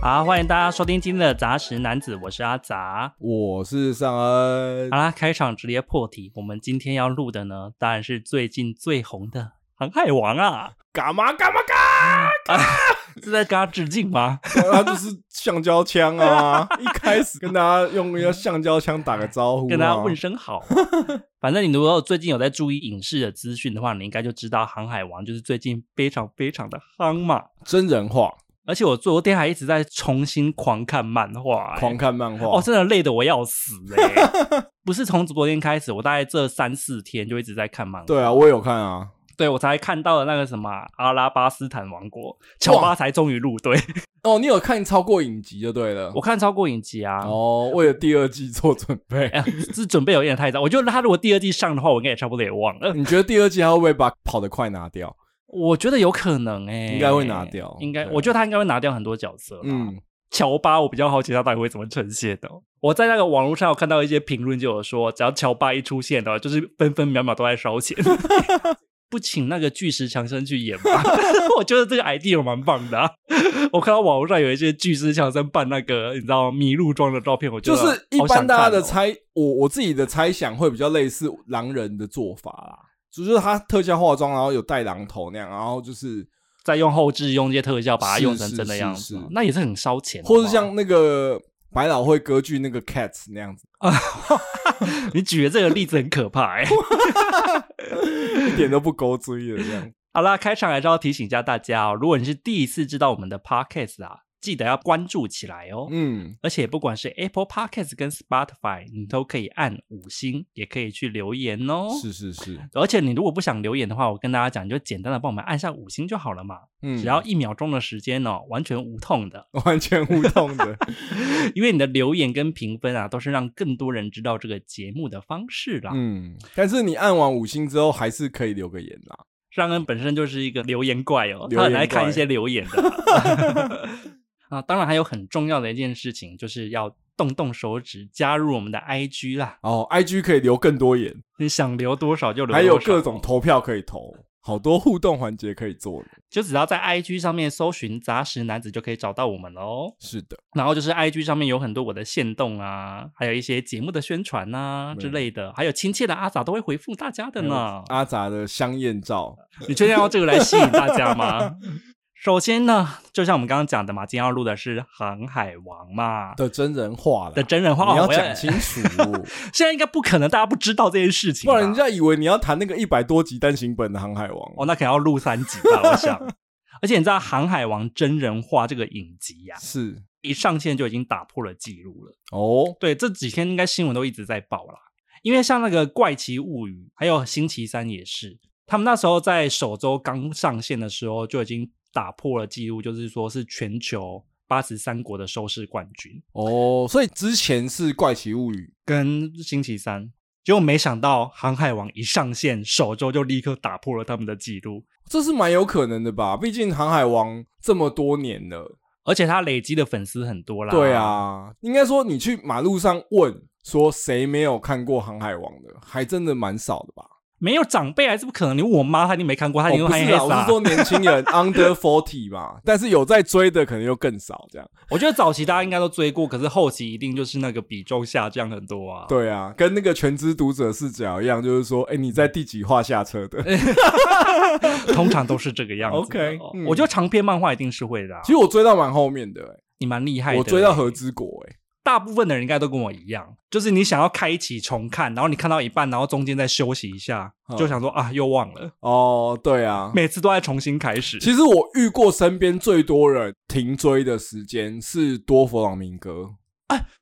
好，欢迎大家收听今天的杂食男子，我是阿杂。我是尚恩好，啦，开场直接破题，我们今天要录的呢，当然是最近最红的《航海王》啊， 干嘛干嘛干？是在跟他致敬吗？他就是橡胶 枪啊！一开始跟大家用一个橡胶枪打个招呼、啊，跟大家问声好啊、反正你如果最近有在注意影视的资讯的话，你应该就知道《航海王》就是最近非常非常的夯嘛。真人化，而且我昨天还一直在重新狂看漫画、欸，狂看漫画。哦，真的累得我要死哎、欸！ 不是从昨天开始，我大概这三四天就一直在看漫画，对啊，我有看啊，对我才看到了那个什么啊阿拉巴斯坦王国，乔巴才终于入队。哦，你有看超过影集就对了 我。看超过影集啊，哦，为了第二季做准 备，哎呀，这准备有点太早。我觉得他如果第二季上的话，我应该也差不多也忘了。你觉得第二季他会不会把跑得快拿掉？我觉得有可能哎、应该会拿掉应该对啊我觉得他应该会拿掉很多角色。嗯，嗯，乔巴我比较好奇他到底会怎么呈现的。我在那个网络上有看到一些评论，就有说只要乔巴一出现的话，就是分分秒秒都在烧 钱。不请那个巨石强森去演吧， 我觉得这个 idea 蛮棒的、啊。我看到网络上有一些巨石强森扮那个你知道麋鹿装的照片，我觉就得是一啊好想般大家看的哦猜，我我自己的猜想会比较类似狼人的做法啦，就是他特效化妆，然后有戴狼头那样，然后就是再用后置用一些特效把它是用成是真的是样子是嘛，那也是很烧钱的嘛。或是像那个百老汇歌剧那个 Cats 那样子， 你举的这个例子很可怕哎、一点都不勾追的这样。好啦，开场还是要提醒一下大家哦，如果你是第一次知道我们的 podcast 啊，记得要关注起来哦。嗯，而且不管是 Apple Podcast 跟 Spotify，你都可以按五星，也可以去留言哦。是是是，而且你如果不想留言的话，我跟大家讲，你就简单的帮我们按下五星就好了嘛，嗯，只要一秒钟的时间哦，完全无痛 的。完全互动 的，因为你的留言跟评分啊，都是让更多人知道这个节目的方式啦。嗯，但是你按完五星之后，还是可以留个言啦。尚恩本身就是一个留言怪哦，留他言怪很爱看一些留言的。 啊，当然还有很重要的一件事情，就是要动动手指加入我们的 IG 啦。哦，IG 可以留更多言，你想留多少就留多少，还有各种投票可以投，好多互动环节可以做的。就只要在 IG 上面搜寻“杂食男子”就可以找到我们喽。是的，然后就是 IG 上面有很多我的线动啊，还有一些节目的宣传呐、啊、对之类的，还有亲切的阿杂都会回复大家的啊呢。阿杂的香艳照， 你确定要用这个来吸引大家吗？ 首先呢，就像我们刚刚讲的嘛，今天要录的是《航海王》嘛的真人化了的，真人化，你哦要我要讲清楚， 现在应该不可能大家不知道这件事情不吧，然人家以为你要谈那个一百多集单行本的《航海王》哦，那可能要录三集 吧，我想。而且你知道《航海王》真人化这个影集呀、是一上线就已经打破了记录了。哦，对，这几天应该新闻都一直在报啦，因为像那个《怪奇物语》还有《星期三》也是，他们那时候在首周刚上线的时候就已经打破了记录，就是说是全球八十三国的收视冠军，哦，所以之前是《怪奇物语跟《星期三》。结果没想到，《航海王》一上线，首周就立刻打破了他们的记录，》，这是蛮有可能的吧？毕竟《航海王》这么多年了，而且他累积的粉丝很多啦。对，啊，应该说你去马路上问说谁没有看过《航海王》的，还真的蛮少的吧？没有长辈还是不可能。你问我妈，她一定没看过，她一定哦，不黑是黑啊，我傻是。说年轻人 under forty 嘛，但是有在追的可能又更少这样。我觉得早期大家应该都追过，可是后期一定就是那个比重下降很多啊。对啊，跟那个全知读者视角一样，就是说，哎、你在第几话下车嗯的？通常都是这个样子的哦。 OK，嗯我觉得长篇漫画一定是会的啊、 其实我追到蛮后面的、你蛮厉 害哎，的。欸我追到，和之国、哎，大部分的人应该都跟我一样，就是你想要开启重看，然后你看到一半，然后中间再休息一下，嗯就想说啊，又忘了，哦，对啊。每次都在重新开始。其实我遇过身边最多人停追的时间是多佛朗明哥，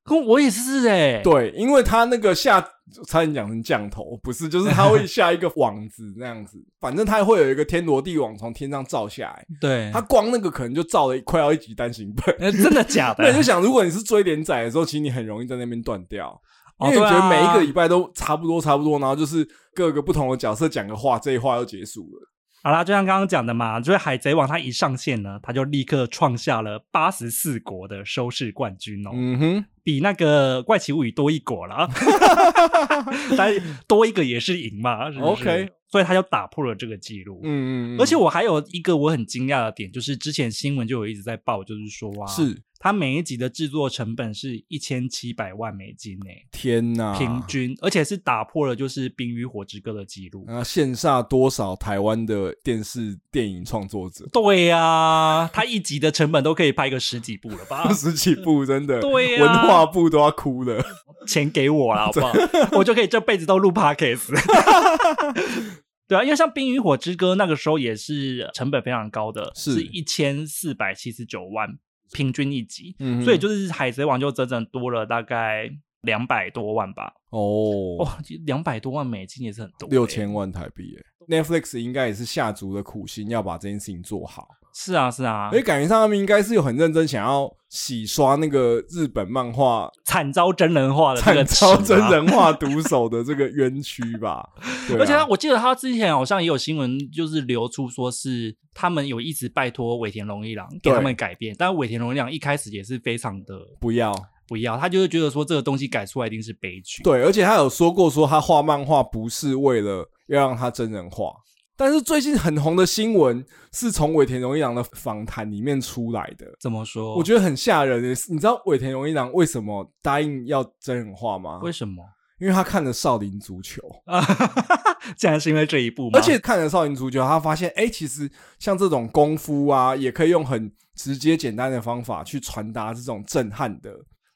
跟我也是哎、，对，因为他那个下差点讲成降头，不是，就是他会下一个网子 那样子，反正他会有一个天罗地网从天上照下来，对，他光那个可能就照了快要一集单行本。呃真的假 的那你就？想，如果你是追连载的时候，其实你很容易在那边断掉，因哦为你觉对得啊每一个礼拜都差不多差不多，然后就是各个不同的角色讲个话，这一话就结束了。好啦，就像刚刚讲的嘛，就是《海贼王》它一上线呢，它就立刻创下了八十四国的收视冠军哦。嗯哼，比那个《怪奇物语》多一国了，啊 但多一个也是赢嘛，是不是 OK 所以他就打破了这个记录。嗯嗯嗯，而且我还有一个我很惊讶的点，就是之前新闻就有一直在报，就是说啊，是它每一集的制作成本是一千七百万美金诶、天哪！平均，而且是打破了就是《冰与火之歌》的记录。啊，羡煞多少台湾的电视电影创作者，对呀、它一集的成本都可以拍个十几部了吧 二？十几部真的，啊对啊呀文化部都要哭了。 钱给我啦，好 不好？我就可以这辈子都录 podcast。对啊，因为像《冰与火之歌》那个时候也是成本非常高的，是是一千四百七十九万平均一集，嗯所以就是《海贼王》就整整多了大概两百多万吧。哦，哇、两百多万美金也是很多、欸六。千万台币耶，Netflix 应该也是下足了苦心要把这件事情做好，是啊，是啊因，为感觉上他们应该是有很认真想要洗刷那个日本漫画惨遭真人化的这个惨耻遭啊真。人化毒手的这个冤屈吧。对 啊而且他，我记得他之前好像也有新闻，就是流出说是他们有一直拜托尾田荣一郎给对他们改变，但尾田荣一郎一开始也是非常的不要不要，他就是觉得说这个东西改出来一定是悲剧。对，而且他有说过说他画漫画不是为了要让他真人化。但是最近很红的新闻是从尾田荣一郎的访谈里面出来的，怎么说？我觉得很吓人的是。你知道尾田荣一郎为什么答应要真人化吗？为什么 因为他看了《少林足球》，啊？竟然是因为这一部吗？而且看了《少林足球》，他发现，哎、其实像这种功夫啊，也可以用很直接简单的方法去传达这种震撼的，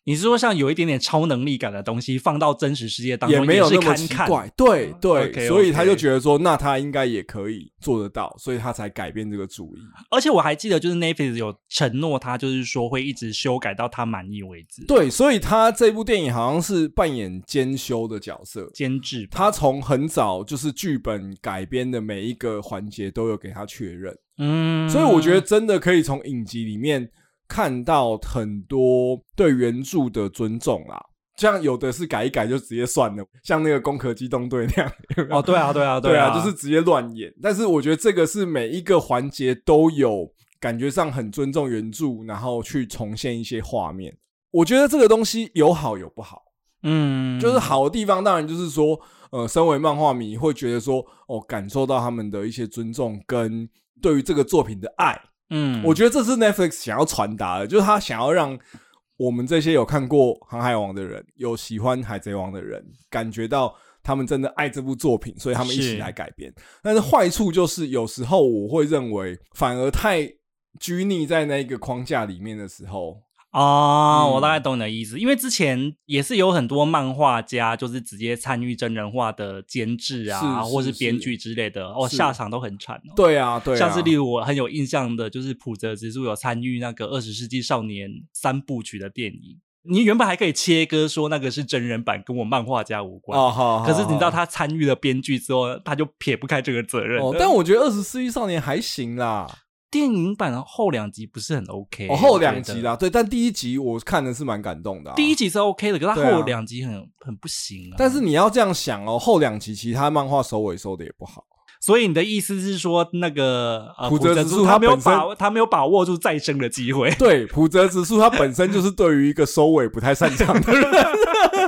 你是说像有一点点超能力感的东西放到真实世界当中没有是那么看奇看嗯怪。对对 OK，OK 所以他就觉得说，那他应该也可以做得到，所以他才改变这个主意。而且我还记得，就是 Netflix 有承诺他，就是说会一直修改到他满意为止。，对，所以他这部电影好像是扮演兼修的角色。监制吧他从很早就是剧本改编的每一个环节都有给他确认，嗯，所以我觉得真的可以从影集里面看到很多对原著的尊重啦。像有的是改一改就直接算了，像那个《攻壳机动队》那样。有没有哦，对啊，对啊， 对啊，啊，就是直接乱演。但是我觉得这个是每一个环节都有感觉上很尊重原著，然后去重现一些画面。我觉得这个东西有好有不好。嗯，就是好的地方，当然就是说，呃，身为漫画迷会觉得说，哦，感受到他们的一些尊重跟对于这个作品的爱。嗯，我觉得这是 Netflix 想要传达的，就是他想要让我们这些有看过《航海王》的人，有喜欢《海贼王》的人，感觉到他们真的爱这部作品，所以他们一是起来改编。但是坏处就是，有时候我会认为，反而太拘泥在那一个框架里面的时候，啊，嗯我大概懂你的意思，因为之前也是有很多漫画家就是直接参与真人化的监制啊，是是或是编剧之类的，哦，是下场都很惨哦。对啊，对啊，像是例如我很有印象的，就是浦泽直树有参与那个《二十世纪少年》三部曲的电影，你原本还可以切割说那个是真人版，跟我漫画家无关。哦，好，好可是你知道好他参与了编剧之后，他就撇不开这个责任。哦，但我觉得《二十世纪少年》还行啦，电影版后两集不是很 OK，哦，后两集的。啦，对，但第一集我看的是蛮感动的、啊。第一，集是 OK 的，可是对他啊后两集很、很不行啊。但是你要这样想哦，后两集其实他漫画收尾收的也不好。所以你的意思是说，那个呃，浦泽直树他他没有本身把握他没有把握住再生的机会。对，浦泽直树他本身就是对于一个收尾不太擅长的人，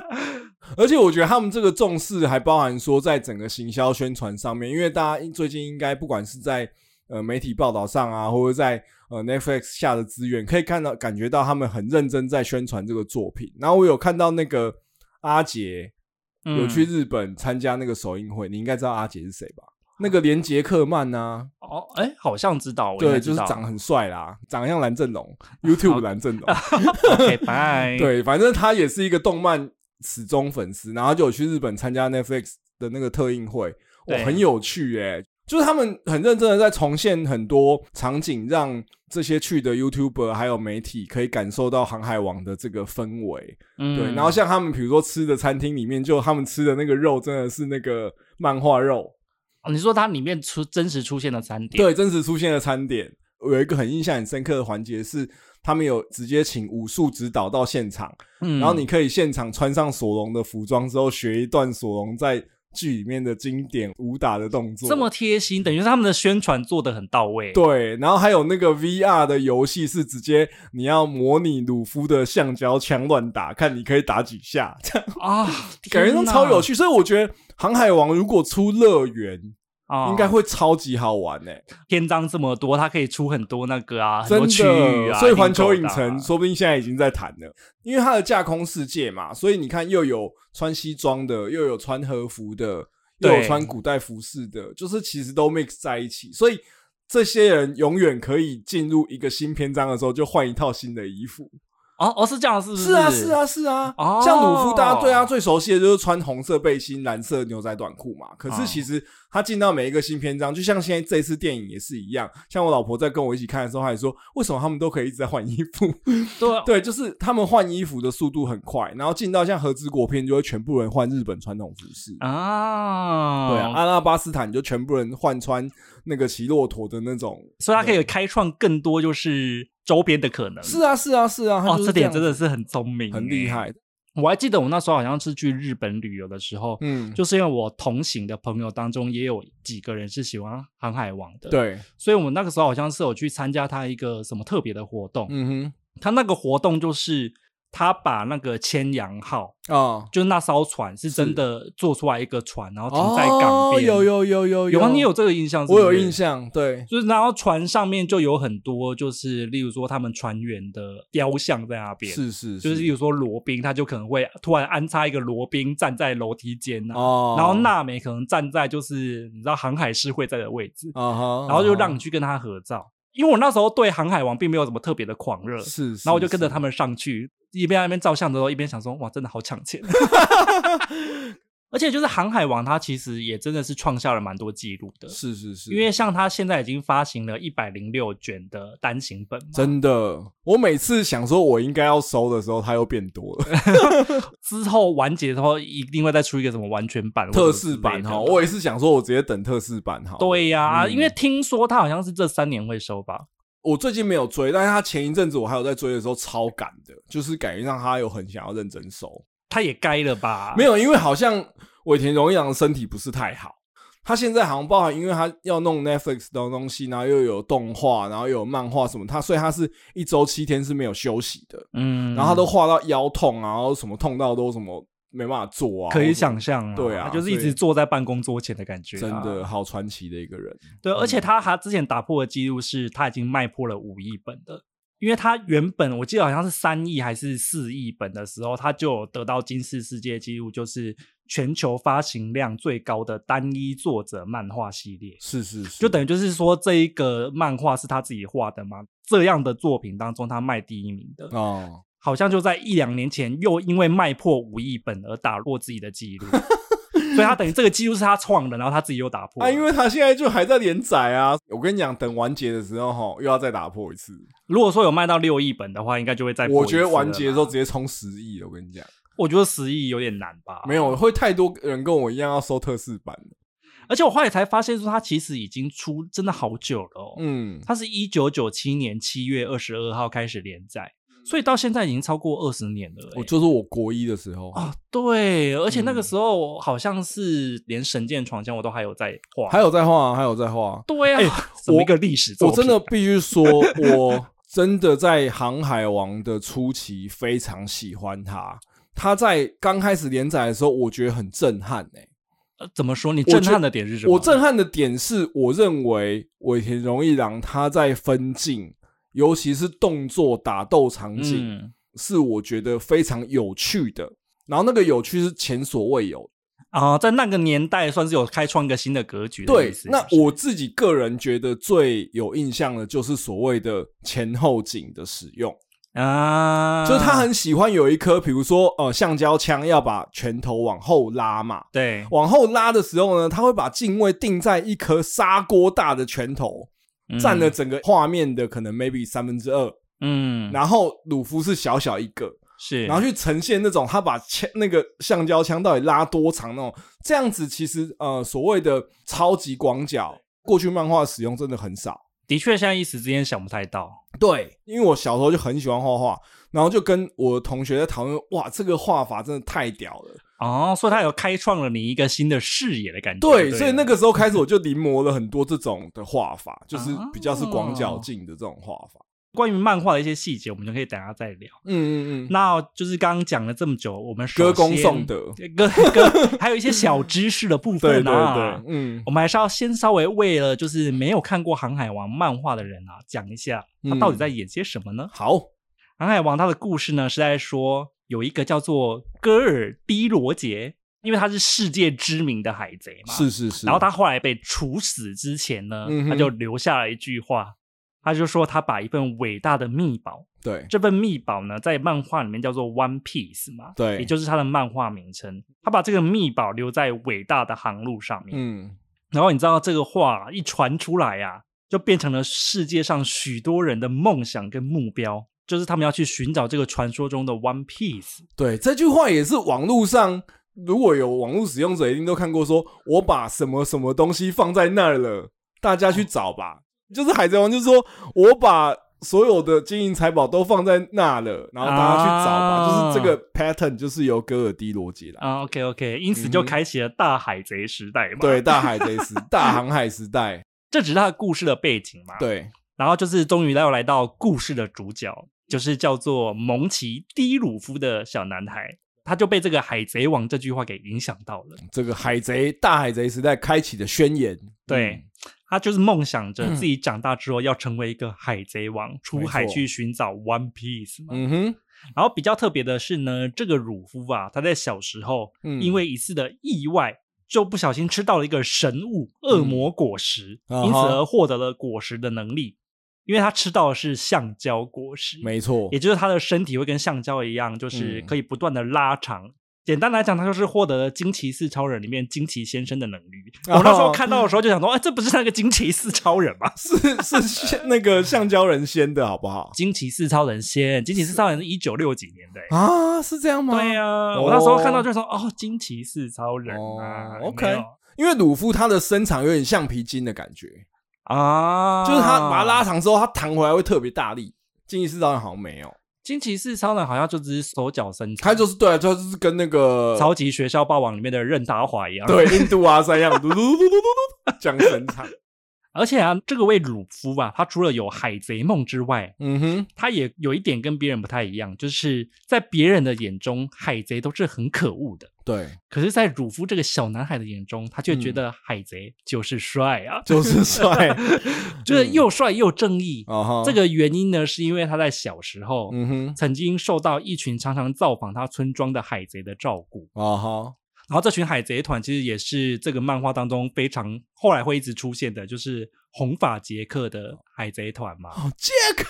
而且我觉得他们这个重视还包含说在整个行销宣传上面，因为大家最近应该不管是在呃媒体报道上啊，或者在呃 Netflix 下的资源，可以看到感觉到他们很认真在宣传这个作品。然后我有看到那个阿杰嗯 有去日本参加那个首映会，你应该知道阿杰是谁吧？那个连杰克曼呐、哦，哎，好像知道，我应对，该就知是道长得很帅啦，长得像蓝正龙，YouTube 蓝正龙。 OK，拜。对，反正他也是一个动漫死忠粉丝，然后就有去日本参加 Netflix 的那个特映会，哇，对很有趣诶、就是他们很认真的在重现很多场景，让这些去的 YouTuber 还有媒体可以感受到《航海王》的这个氛围。嗯，对，然后像他们比如说吃的餐厅里面，就他们吃的那个肉真的是那个漫画肉，哦你说它里面出真实出现的餐点，对，真实出现的餐点。有一个很印象很深刻的环节是，他们有直接请武术指导到现场，嗯，然后你可以现场穿上索隆的服装之后，学一段索隆在剧里面的经典武打的动作。这么贴心，等于是他们的宣传做的很到位。对，然后还有那个 VR 的游戏是直接你要模拟鲁夫的橡胶枪乱打，看你可以打几下，这样啊， 感觉天都哪超有。趣。所以我觉得《航海王》如果出乐园，啊，应该会超级好玩欸呢、篇章这么多，它可以出很多那个啊，很真多的。区域啊，所以一定环球够影大城说不定现在已经在谈了，因为它的架空世界嘛，所以你看又有穿西装的，又有穿和服的，又有对穿古代服饰的，就是其实都 mix 在一起，所以。这些人永远可以进入一个新篇章的时候，就换一套新的衣服。哦哦是这样，是不是啊，是，啊，是啊。哦像鲁夫，大家对他最熟悉的就是穿红色背心、蓝色牛仔短裤嘛。可是其实他进到每一个新篇章，就像现在这一次电影也是一样。像我老婆在跟我一起看的时候，她也说，为什么他们都可以一直在换衣 服？对对，就是他们换衣服的速度很快，然后进到像和之国片，就会全部人换日本传统服饰。啊，对啊，阿拉巴斯坦就全部人换穿那个骑骆驼的那种。所以它可以开创更多就是周边的可能。是啊，是啊，是啊，他哦就，是这点样真的是很聪明，欸很厉。害。我还记得我那时候好像是去日本旅游的时候，嗯，就是因为我同行的朋友当中也有几个人是喜欢《航海王》的，，对，所以我们那个时候好像是有去参加他一个什么特别的活动。嗯他那个活动就是他把那个千阳号，哼，啊。就那艘船是真是的做出来一个船，然后停在港哦、边。有有有有有啊，你有这个印象是不我是？有印。象，对，就是，然后船上面就有很多，就是例如说他们船员的雕像在那边，是是就是例如说罗宾，他就可能会突然安插一个罗宾站在楼梯间呐、啊哦，然后娜美可能站在就是你知道航海士会在的位置，啊哈，然后就让啊你去跟他合照。因为我那时候对航海王并没有什么特别的狂热哈，是，然后我就跟着他们，们上去，一边在那边照相的时候，一边想说：哇，真的好抢 钱！而且就是《航海王》，它其实也真的是创下了蛮多记录的，是是是，因为像它现在已经发行了一百零六卷的单行本嘛，真的，我每次想说我应该要收的时候，它又变多 了，之后完结之后一定会再出一个什么完全版、特仕版哈哈，。我也是想说我直接等特仕版哈。，对呀、啊嗯因为听说它好像是这三年会收吧，我最近没有追，但是它前一阵子我还有在追的时候，超赶的，就是感觉上它有很想要认真收，它也该了吧？没有，因为好像尾田荣一郎的身体不是太好，他现在好像包含，因为他要弄 Netflix 的东西，然后又有动画，然后又有漫画什么，他所以他是一周七天是没有休息的，嗯，然后他都画到腰痛，然后什么痛到都什么没办法做啊，可以或什想么。象啊，对啊他就是一所以直坐在办公桌前的感觉、啊真的。好传奇的一个人，对，而且他他之前打破的记录是他已经卖破了五亿本的，因为他原本我记得好像是三亿还是四亿本的时候，他就有得到金氏世界纪录，就是全球发行量最高的单一作者漫画系列。是是是，就等于于就是说，这一个漫画是他自己画的嘛？这样的作品当中，他卖第一名的，哦，好像就在一两年前又因为卖破五亿本而打破自己的记 录，所以他等于这个记录是他创的，然后他自己又打破了。啊，因为他现在就还在连载啊，我跟你讲，等完结的时候哈，又要再打破一次，如果说有卖到六亿本的话，应该就会再破我一次觉了得啦完结的时候直，接冲十亿了，我跟你讲，我觉得十亿有点难吧。没，有会太多人跟我一样要收特仕版，而且我后来才发现说，他其实已经出真的好久了、哦。嗯，它是一九九七年七月二十二号开始连载，所以到现在已经超过二十年了、欸。嗯我就是我国一的时候，啊，对，而且那个嗯时候好像是连《神剑闯江》我都还有在画，还有在画、啊，还有在画啊、对啊，哎怎么我一个历史作我品真的必须说，我真的在《航海王》的初期非常喜欢他。他在刚开始连载的时候，我觉得很震撼诶、呃怎么说？你我震觉撼的点是什么？我震撼的点是，我认为尾田荣一郎他在分镜，尤其是动作打斗场景，嗯是我觉得非常有趣的。然后那个有趣是前所未有的啊，在那个年代算是有开创一个新的格局的意对，思那是不是我自己个人觉得最有印象的就是所谓的前后景的使用，啊，就是他很喜欢有一颗，比如说呃，橡胶枪要把拳头往后拉嘛，对，往后拉的时候呢，他会把镜位定在一颗砂锅大的拳头，占了整个画面的可能 maybe 三分之二，嗯，嗯然后鲁夫是小小一个，是，然后去呈现那种他把枪那个橡胶枪到底拉多长那种，这样子其实呃所谓的超级广角，过去漫画使用真的很少。的确现在一时之间想不太到，对，因为我小时候就很喜欢画画，然后就跟我的同学在讨论，哇，这个画法真的太屌了。哦，所以他有开创了你一个新的视野的感觉，对，了所以那个时 候开始我就临摹了很多这种的画法，就是比较是广角镜的这种画法。关于漫画的一些细节，我们就可以等一下再聊。嗯嗯嗯，那就是刚刚讲了这么久，我们首歌功先颂德，歌歌，还有一些小知识的部对对分啊对。，嗯我们还是要先稍微为了就是没有看过《航海王》漫画的人啊，讲一下他嗯到底在演些什么呢？好，航海王》他的故事呢是在说有一个叫做戈尔迪罗杰，因为他是世界知名的海贼嘛，是是是，然后他后来被处死之前呢，嗯哼他就留下了一句话，他就说他把一份伟大的秘宝，对这份秘宝呢在漫画里面叫做 One Piece 嘛，对也就是他的漫画名称。他把这个秘宝留在伟大的航路上面，嗯然后你知道这个话一传出来呀、就变成了世界上许多人的梦想跟目标，就是他们要去寻找这个传说中的 One Piece。对，这句话也是网络上。如果有网络使用者，一定都看过说我把什么什么东西放在那儿了，大家去哦找吧。就是海贼王，就是说我把所有的金银财宝都放在那了，然后大家去找吧。啊就是这个 pattern，就是由戈尔迪逻辑啦。啊，OK OK，因此就嗯哼开启了大海贼时代嘛。对，大海贼时，大航海 时代，这只是他的故事的背景嘛。，对，然后就是终于要来到故事的主角，就是叫做蒙奇迪鲁夫的小男孩，他就被这个“海贼王”这句话给影响到了。这个海贼大海贼时代开启的宣言。对，他就是梦想着自己长大之后要成为一个海贼王，出海嗯没错去寻找 One Piece 嘛。嗯，嗯哼，然后比较特别的是呢，这个鲁夫啊，他在小时候、嗯因为一次的意外。就不小心吃到了一个神物恶魔果实，啊哈因此而获得了果实的能力。因为他吃到的是橡胶果实，没错也，就是他的身体会跟橡胶一样，就是嗯可以不断的拉长。简单来讲，他就是获得了惊奇四超人里面惊奇先生的能 力。哦？我那时候看到的时候就想说，哎，这不是那个惊奇四超人吗 是是像那个橡胶人先的好不好？惊奇四超人先，惊奇四超人是一九六几年的、欸。啊，是这样吗？对呀、哦我那时候看到就说，哦，惊奇四超人啊、哦有，OK 没有因为鲁夫他的身长有点橡皮筋的感觉，啊，就是他把它拉。长之后，他弹回来会特别大力。进一式导演好像没有，惊奇四超人好像就只是手脚伸长，他就是对啊，就是跟那个超级学校霸王里面的任达华一样。对印度阿三一样，嘟嘟嘟嘟嘟嘟嘟讲身长。而且啊，这个位鲁夫啊，他除了有海贼梦之外，嗯哼，他也有一点跟别人不太一样，就是在别人的眼中，海贼都是很可恶的。对，可是，在鲁夫这个小男孩的眼中，他却觉嗯得海贼就是帅 啊，就是帅嗯就是又帅又正义。啊哈。这个原因呢，是因为他在小时候、嗯哼曾经受到一群常常造访他村庄的海贼的照顾，啊哈，然后这群海贼团其实也是这个漫画当中非常后来会一直出现的，就是红发杰克的海贼团嘛。哦 Jack，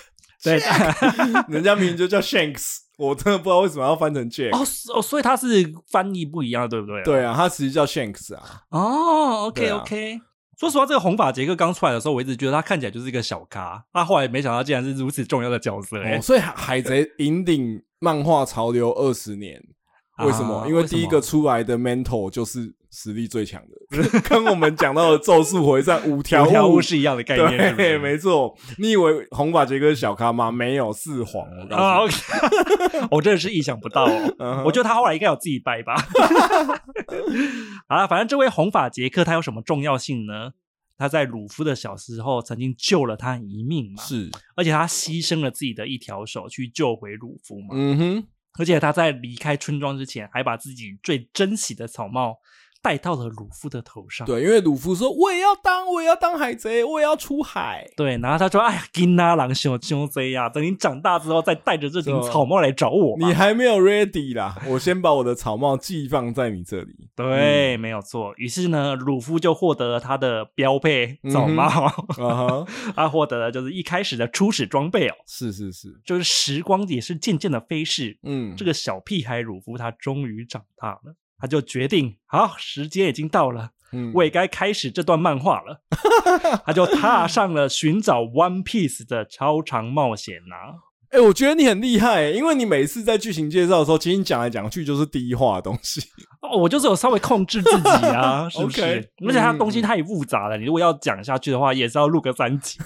对，人家名就叫 Shanks，我真的不知道为什么要翻成 Jack。哦所哦，所以他是翻译不一样，对不对？对啊，他其实叫 Shanks 啊。哦，OK 对啊 OK。说实话，这个红发杰克刚出来的时候，我一直觉得他看起来就是一个小咖，他后来没想到竟然是如此重要的角色、欸哦，所以海海贼引领漫画潮流二十年，为什么？啊因为第一个什出来的 Mentor 就是实力最强的，跟我们讲到的《咒术回战》五条么五条悟悟是一样的概念，是不对，是没错。你以为红发杰克是小咖吗？没有，是黄。我告啊诉你， ，OK，我 真的是意想不到、哦。嗯哼我觉得他后来应该有自己掰吧。 好了，反正这位红发杰克他有什么重要性呢？他在鲁夫的小时候曾经救了他一命嘛，是，而且他牺牲了自己的一条手去救回鲁夫嘛。嗯哼，而且他在离开村庄之前，还把自己最珍惜的草帽戴到了鲁夫的头上。对，因为鲁夫说我也要当，我也要当海贼，我也要出海。对然后他说：“哎呀，金拉郎熊熊贼呀，等你长大之后再带着这顶是啊草帽来找我吧。你还没有 ready 啦，我先把我的草帽寄放在你这里。对，没有错。于是呢，鲁夫就获得了他的标配嗯草帽， 啊哈， 他获得了就是一开始的初始装备哦。是是是，就是时光也是渐渐的飞逝，嗯，这个个小屁孩鲁夫他终于长大了，他就决定，好，时间已经到了，嗯我也该开始这段漫画 了。他就踏上了寻找 One Piece 的超长冒险啊呐、哎、我觉得你很厉害、因为你每次在剧情介绍的时候，其实你讲来讲去就是第一话的东西。 哦，我就是有稍微控制自己啊，是不是 OK，而且它嗯东西太复杂了，你如果要讲下去的话，也是要录个三集。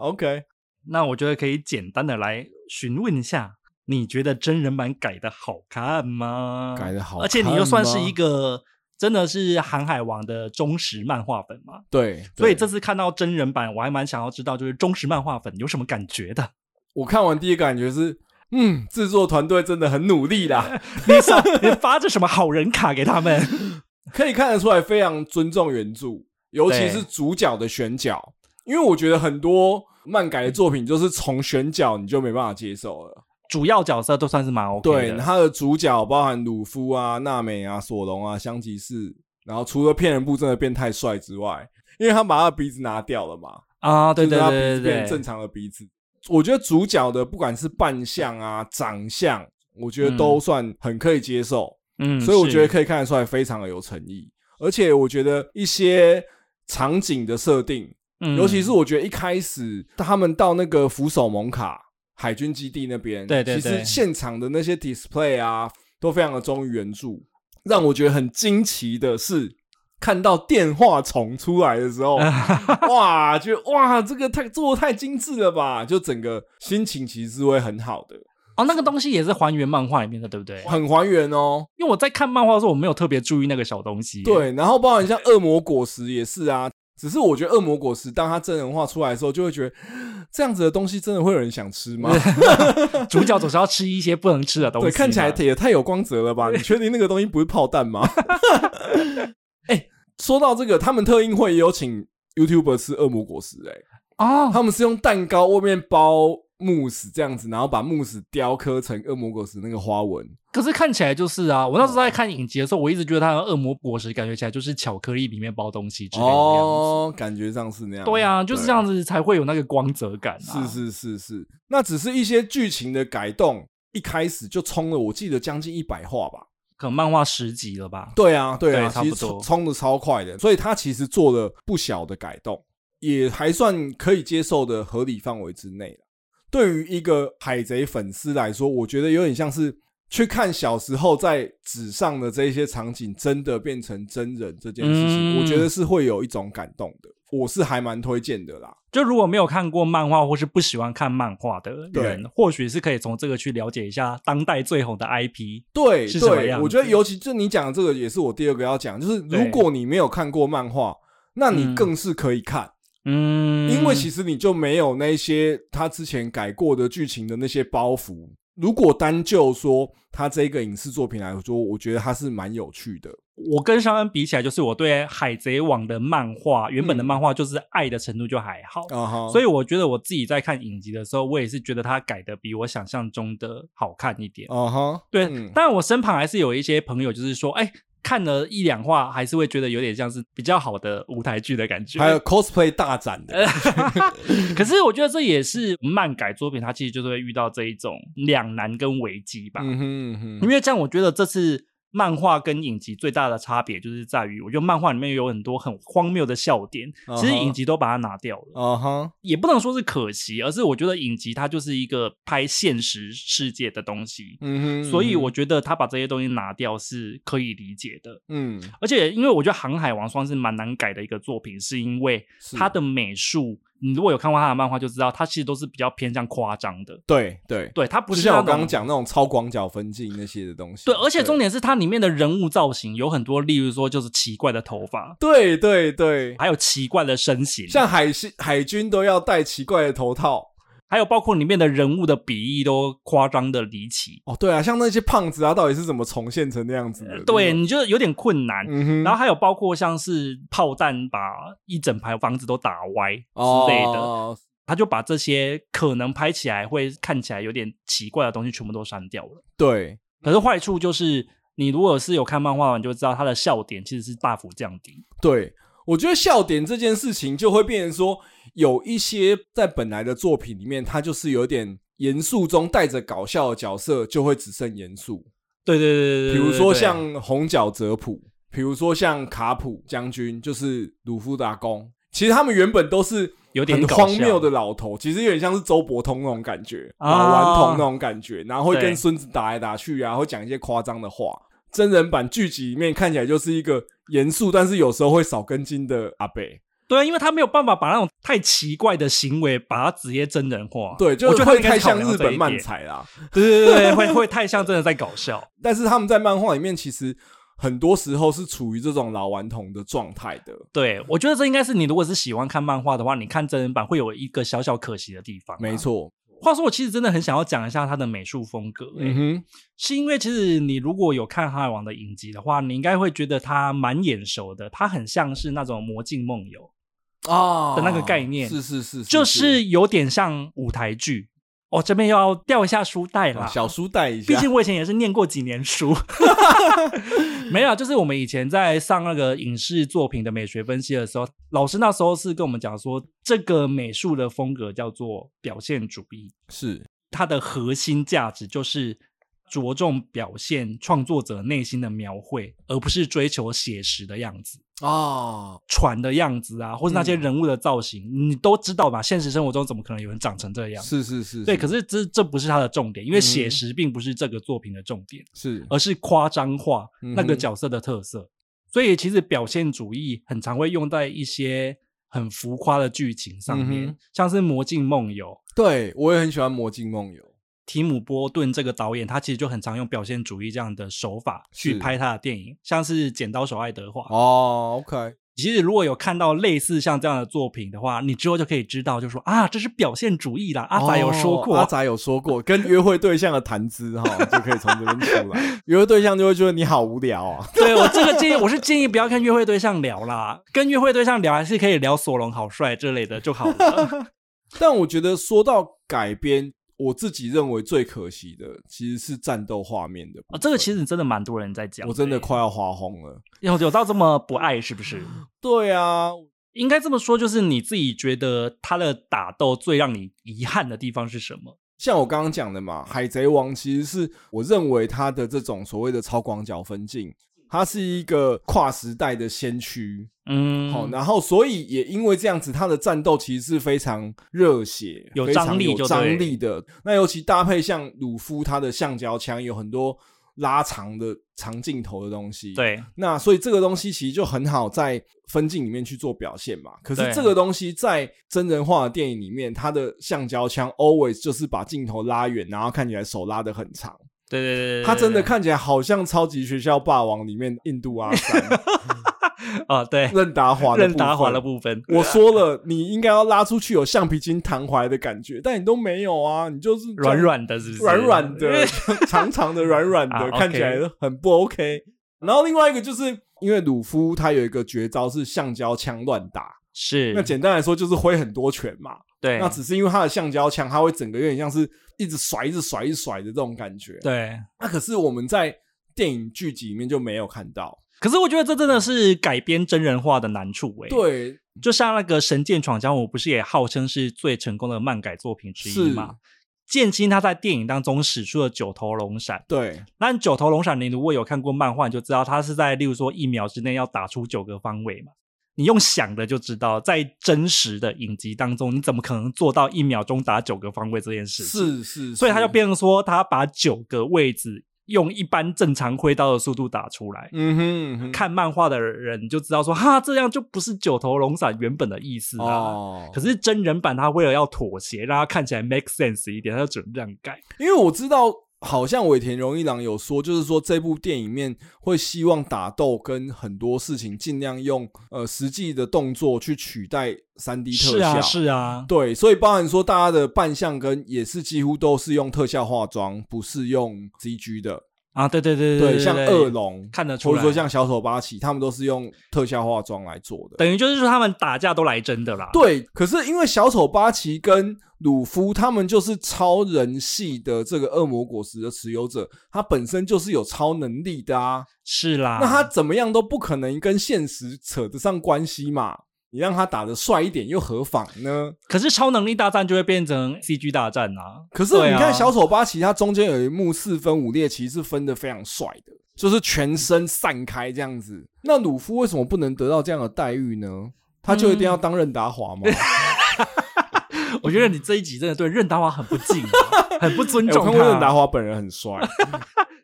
OK，那我觉得可以简单的来询问一下，你觉得真人版改的好看吗？改得好而且你又算是看吗一个真的是《航海王》的忠实漫画粉嘛，对，所以对这次看到真人版，我还蛮想要知道，就是忠实漫画粉有什么感觉的。 我看完第一感觉是，嗯，制作团队真的很努 力啦，你送你发着什么好人卡给他们？ 可以看得出来非常尊重原著，尤其对是主角的选角，因为我觉得很多漫改的作品就是从选角你就没办法接受了。主要角色都算是蛮 OK 对，的。他的主角包含鲁夫啊、娜美啊、索隆啊、香吉士，然后除了骗人部真的变太帅之外，因为他把他的鼻子拿掉了嘛，啊，对对就是他鼻对子对变对正，常的鼻子。我觉得主角的不管是扮相啊、长相，我觉得都算很可以接受，嗯，所以我觉得以。可以看得出来非常的有诚意。而且我觉得一些场景的设定，嗯尤其是我觉得一开始他们到那个扶手蒙卡海军基地那边，对对其对实现场的那些 display 啊，都非常的忠于原著。让我觉得很惊奇的是，看到电话虫出来的 时候，哇，觉得哇，这个太做的太精致了吧！就整个心情其实是会很好的，哦，那个东西也是还原漫画里面的，对不对？很还原哦。因为我在看漫画的时候，我没有特别注意那个小东西。，对，然后包含像恶魔果实也是啊，只是我觉得恶魔果实当它真人化出来的时候，就会觉得 这样子的东西真的会有人想吃 吗？主角总是要吃一些不能吃的东西嘛。对，看起来也太有光泽 了吧？你确定那个东西不是炮弹吗？哎、说到这个，他们特映会也有请 YouTuber 吃恶魔果实、哎，哦，他们是用蛋糕外面包慕斯这样子，然后把慕斯雕刻成恶魔果实那个花纹。可是看起来就是啊，我那时候在看影集的时候，我一直觉得它的恶魔果实感觉起来就是巧克力里面包东西之类的样子。哦，感觉上是那样。对啊，就是这对样子才会有那个光泽感、啊。是，是是是，那只是一些剧情的改动，一开始就冲了，我记得将近一百话吧。可能漫画十集了吧？对啊，对啊，对差其不实冲多冲的超快的，所以他其实做了不小的改动，也还算可以接受的合理范围之内了。对于一个海贼粉丝来说，我觉得有点像是去看小时候在纸上的这些场景真的变成真人这件事情，我觉嗯得是会有一种感动的。我是还蛮推荐的啦。就如果没有看过漫画或是不喜欢看漫画的对人，或许是可以从这个去了解一下当代最红的 IP。对是什么对，样我觉得子尤其就你讲的这个，也是我第二个要讲，就是如对果你没有看过漫画，那你嗯更是可以看，嗯，因为其实你就没有那些他之前改过的剧情的那些包袱。如果单就说他这个影视作品来说，我觉得它是蛮有趣的。我跟尚恩比起来，就是我对《海贼王》的漫画原本的嗯漫画就是爱的程度就还好，啊哈，所以以我觉得我自己在看影集的时候，我也是觉得它改的比我想象中的好看一点。啊哈，对，嗯当然我身旁还是有一些朋友，就是说，哎、看了一两话，还是会觉得有点像是比较好的舞台剧的感觉。呃还有 cosplay 大展的， 可是我觉得这也是漫改作品，它其实就是会遇到这一种两难跟危机吧。嗯哼嗯因哼，为这样，我觉得这次漫画跟影集最大的差别就是在于，我觉得漫画里面有很多很荒谬的笑点，其实嗯哼影集都把它拿掉了。啊哈，也不能说是可惜，而是我觉得影集它就是一个拍现实世界的东西，嗯哼，所以嗯哼我觉得他把这些东西拿掉是可以理解的。嗯而且，因为我觉得《航海王》算是蛮难改的一个作品，是因为是它的美术，你如果有看过他的漫画就知道，它其实都是比较偏向夸张的。对对，对，它不就是像那我刚种刚。讲那种超广角分镜那些的东西。对，而且重点是它里面的人物造型有很多，例如说就是奇怪的头发，对对对，还有奇怪的身形，像海西海军都要戴奇怪的头套还有包括里面的人物的比例都夸张的离奇。哦，对啊，像那些胖子啊，到底是怎么重现成那样子的？对，那种，你就有点困难。嗯哼，然后还有包括像是炮弹把一整排房子都打歪哦之类的，他就把这些可能拍起来会看起来有点奇怪的东西全部都删掉了。对，可是坏处就是，你如果是有看漫画，你就知道它的笑点其实是大幅降低。对，我觉得笑点这件事情就会变成说，有一些在本来的作品里面，它就是有点严肃中带着搞笑的角色，就会只剩严肃。对对对对对对比如对说对像红角泽普，比如说像卡普将军，就是鲁夫达公。其实他们原本都是有点很搞荒笑谬的老头，其实有点像是周伯通那种感觉，啊老顽童那种感觉，然后会对跟孙子打来打去啊，会讲一些夸张的话。真人版剧集里面看起来就是一个严肃，但是有时候会少根筋的阿北。对啊，因为他没有办法把那种太奇怪的行为把它直接真人化，对，就我觉得是他会应该太像考量日这一本漫点才啦。对对对对，会会太像真的在搞笑。但是他们在漫画里面其实很多时候是处于这种老顽童的状态的。对，我觉得这应该是你如果是喜欢看漫画的话，你看真人版会有一个小小可惜的地方、啊没，错，话说，我其实真的很想要讲一下他的美术风格、欸，嗯哼，是因为其实你如果有看《航海王》的影集的话，你应该会觉得他蛮眼熟的，他很像是那种《魔镜梦游啊的那个概念是是是，》，就是有点像舞台剧。哦，这边又要掉一下书袋啦，啊小书带一下，毕竟我以前也是念过几年 书，没有啊，就是我们以前在上那个影视作品的美学分析的时候，老师那时候是跟我们讲说，这个美术的风格叫做表现主义，是它的核心价值就是着重表现创作者内心的描绘，而不是追求写实的样子。哦，船的样子啊，或是那些嗯人物的造型，你都知道吧？现实生活中怎么可能有人长成这样？是是是，对，可是这这不是它的重点，因为写嗯实并不是这个作品的重点。是而是夸张化嗯哼那个角色的特色。所以其实表现主义很常会用在一些很浮夸的剧情上面，嗯哼像是《魔镜梦游》。对我也很喜欢《魔镜梦游》，提姆波顿这个导演，他其实就很常用表现主义这样的手法去是拍他的电影，像是《剪刀手爱德华》。哦，OK，其实如果有看到类似像这样的作品的话，你之后就可以知道，就说啊，这是表现主义啦。阿哦仔有说过，阿仔有说过，跟约会对象的谈资哈， 就可以从这边出来。约会对象就会觉得你好无聊啊， 对我这个建议，我是建议不要跟约会对象聊啦，跟约会对象聊还是可以聊索隆好帅之类的就好了。但我觉得说到改编，我自己认为最可惜的其实是战斗画面的部分、哦，这个其实真的蛮多人在讲欸，我真的快要花红了。有有到这么不爱是不是？对啊，应该这么说，就是你自己觉得他的打斗最让你遗憾的地方是什么？像我刚刚讲的嘛，《海贼王》其实是我认为它的这种所谓的超广角分镜，它是一个跨时代的先驱。嗯，好、然后所以也因为这样子，它的战斗其实是非常热血、有非常张力就有对张力的。那尤其搭配像鲁夫他的橡胶枪，有很多拉长的长镜头的东西。，对，那所以这个东西其实就很好在分镜里面去做表现嘛。可对是这个东西在真人化的电影里面，它的橡胶枪 always 就是把镜头拉远，然后看起来手拉得很长。对对对对，它真的对看起来好像《超级学校霸王》里面印度 阿三啊，对，任达华的任达华部分的部分，我说了，你应该要拉出去有橡皮筋弹回来的感觉，但你都没有啊，你就是这样软软的，是不是？，软软的 长长的软软啊的， ，OK 看起来很不 OK。然后另外一个就是因为鲁夫他有一个绝招是橡胶枪乱打， 是那简单来说就是挥很多拳嘛。对那只是因为他的橡胶枪，他会整个有点像是一直甩、一直甩、一直甩的这种感觉。对。那可是我们在电影剧集里面就没有看到。可是我觉得这真的是改编真人化的难处哎、，对，就像那个《神剑闯江湖》，不是也号称是最成功的漫改作品之一是吗？剑心他在电影当中使出了九头龙闪，对，那九头龙闪，你如果有看过漫画，你就知道它是在例如说一秒之内要打出九个方位嘛。你用想的就知道，在真实的影集当中，你怎么可能做到一秒钟打九个方位这件事？，是是，所以他是就，变成说，他把九个位置用一般正常挥刀的速度打出来。嗯哼嗯哼，看漫画的人就知道说，哈，这样就不是九头龙闪原本的意思啊。哦可是真人版他为了要妥协，让它看起来 make sense 一点，他就只能这样改。因为我知道，好像尾田荣一郎有说，就是说这部电影里面会希望打斗跟很多事情尽量用呃实际的动作去取代三 D 特是效。啊，是啊，对，所以包含说大家的扮相跟也是几乎都是用特效化妆，不是用 CG 的。啊，对对对对，像对恶龙，看得出或来，者说像小手八旗，他们都是用特效化妆来做的。等于就是说他们打架都来真的啦。对，可是因为小丑八旗跟鲁夫他们就是超人系的这个恶魔果实的持有者，他本身就是有超能力的啊，是啦。那他怎么样都不可能跟现实扯得上关系嘛。你让他打得帅一点又何妨呢？可是超能力大战就会变成 CG 大战啊。可是对你啊看小丑八旗，他中间有一幕四分五裂，其实是分得非常帅的，就是全身散开这样子。那鲁夫为什么不能得到这样的待遇呢？他就一定要嗯当任达华 吗？ 我觉得你这一集真的对任达华很不敬啊、 很不尊欸重我他。看过任达华本人 很帅。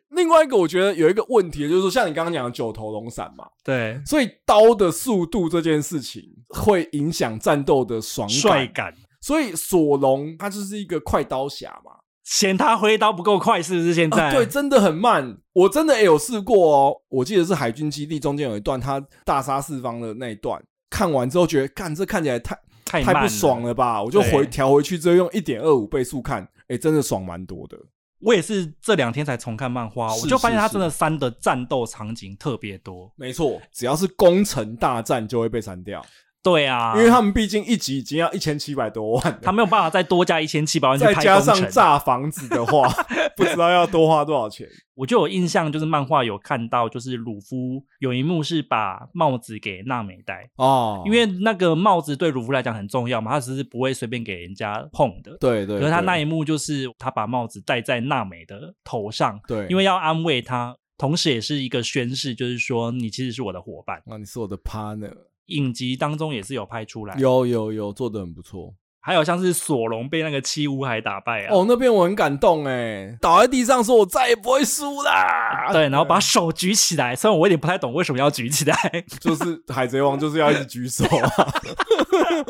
另外一个，我觉得有一个问题，就是说，像你刚刚讲的九头龙闪嘛，对所以刀的速度这件事情会影响战斗的爽帅感。感，所以索隆他就是一个快刀侠嘛，嫌他挥刀不够快，是不是？现在、啊对，真的很慢。我真的也哎有试过哦，我记得是海军基地中间有一段他大杀四方的那一段，看完之后觉得，干这看起来太太慢太不爽了。了吧？我就回对调回去之后用一点二五倍速看，哎，真的爽蛮多的。我也是这两天才重看漫画，是我就发现是它是真的三的战斗场景特别多。没错，只要是工程大战就会被删掉，对啊，因为他们毕竟一集已经要一千七百多万了，他没有办法再多加一千七百万去再拍加工上程。炸房子 的话，不知道要多花多少钱。我就有印象，就是漫画有看到，就是鲁夫有一幕是把帽子给娜美戴，哦，因为那个帽子对鲁夫来讲很重要嘛，他只是不会随便给人家碰的。对对，可是他对那一幕就是他把帽子戴在娜美的头上，对，因为要安慰她，同时也是一个宣誓，就是说你其实是我的伙伴。啊，你是我的 partner，影集当中也是有拍出来，有有有做的很不错。还有像是索隆被那个七武海打败啊，哦，那边我很感动哎，倒在地上说我再也不会输啦。对，然后把手举起来，虽然我有点不太懂为什么要举起来，就是海贼王就是要一直举手啊，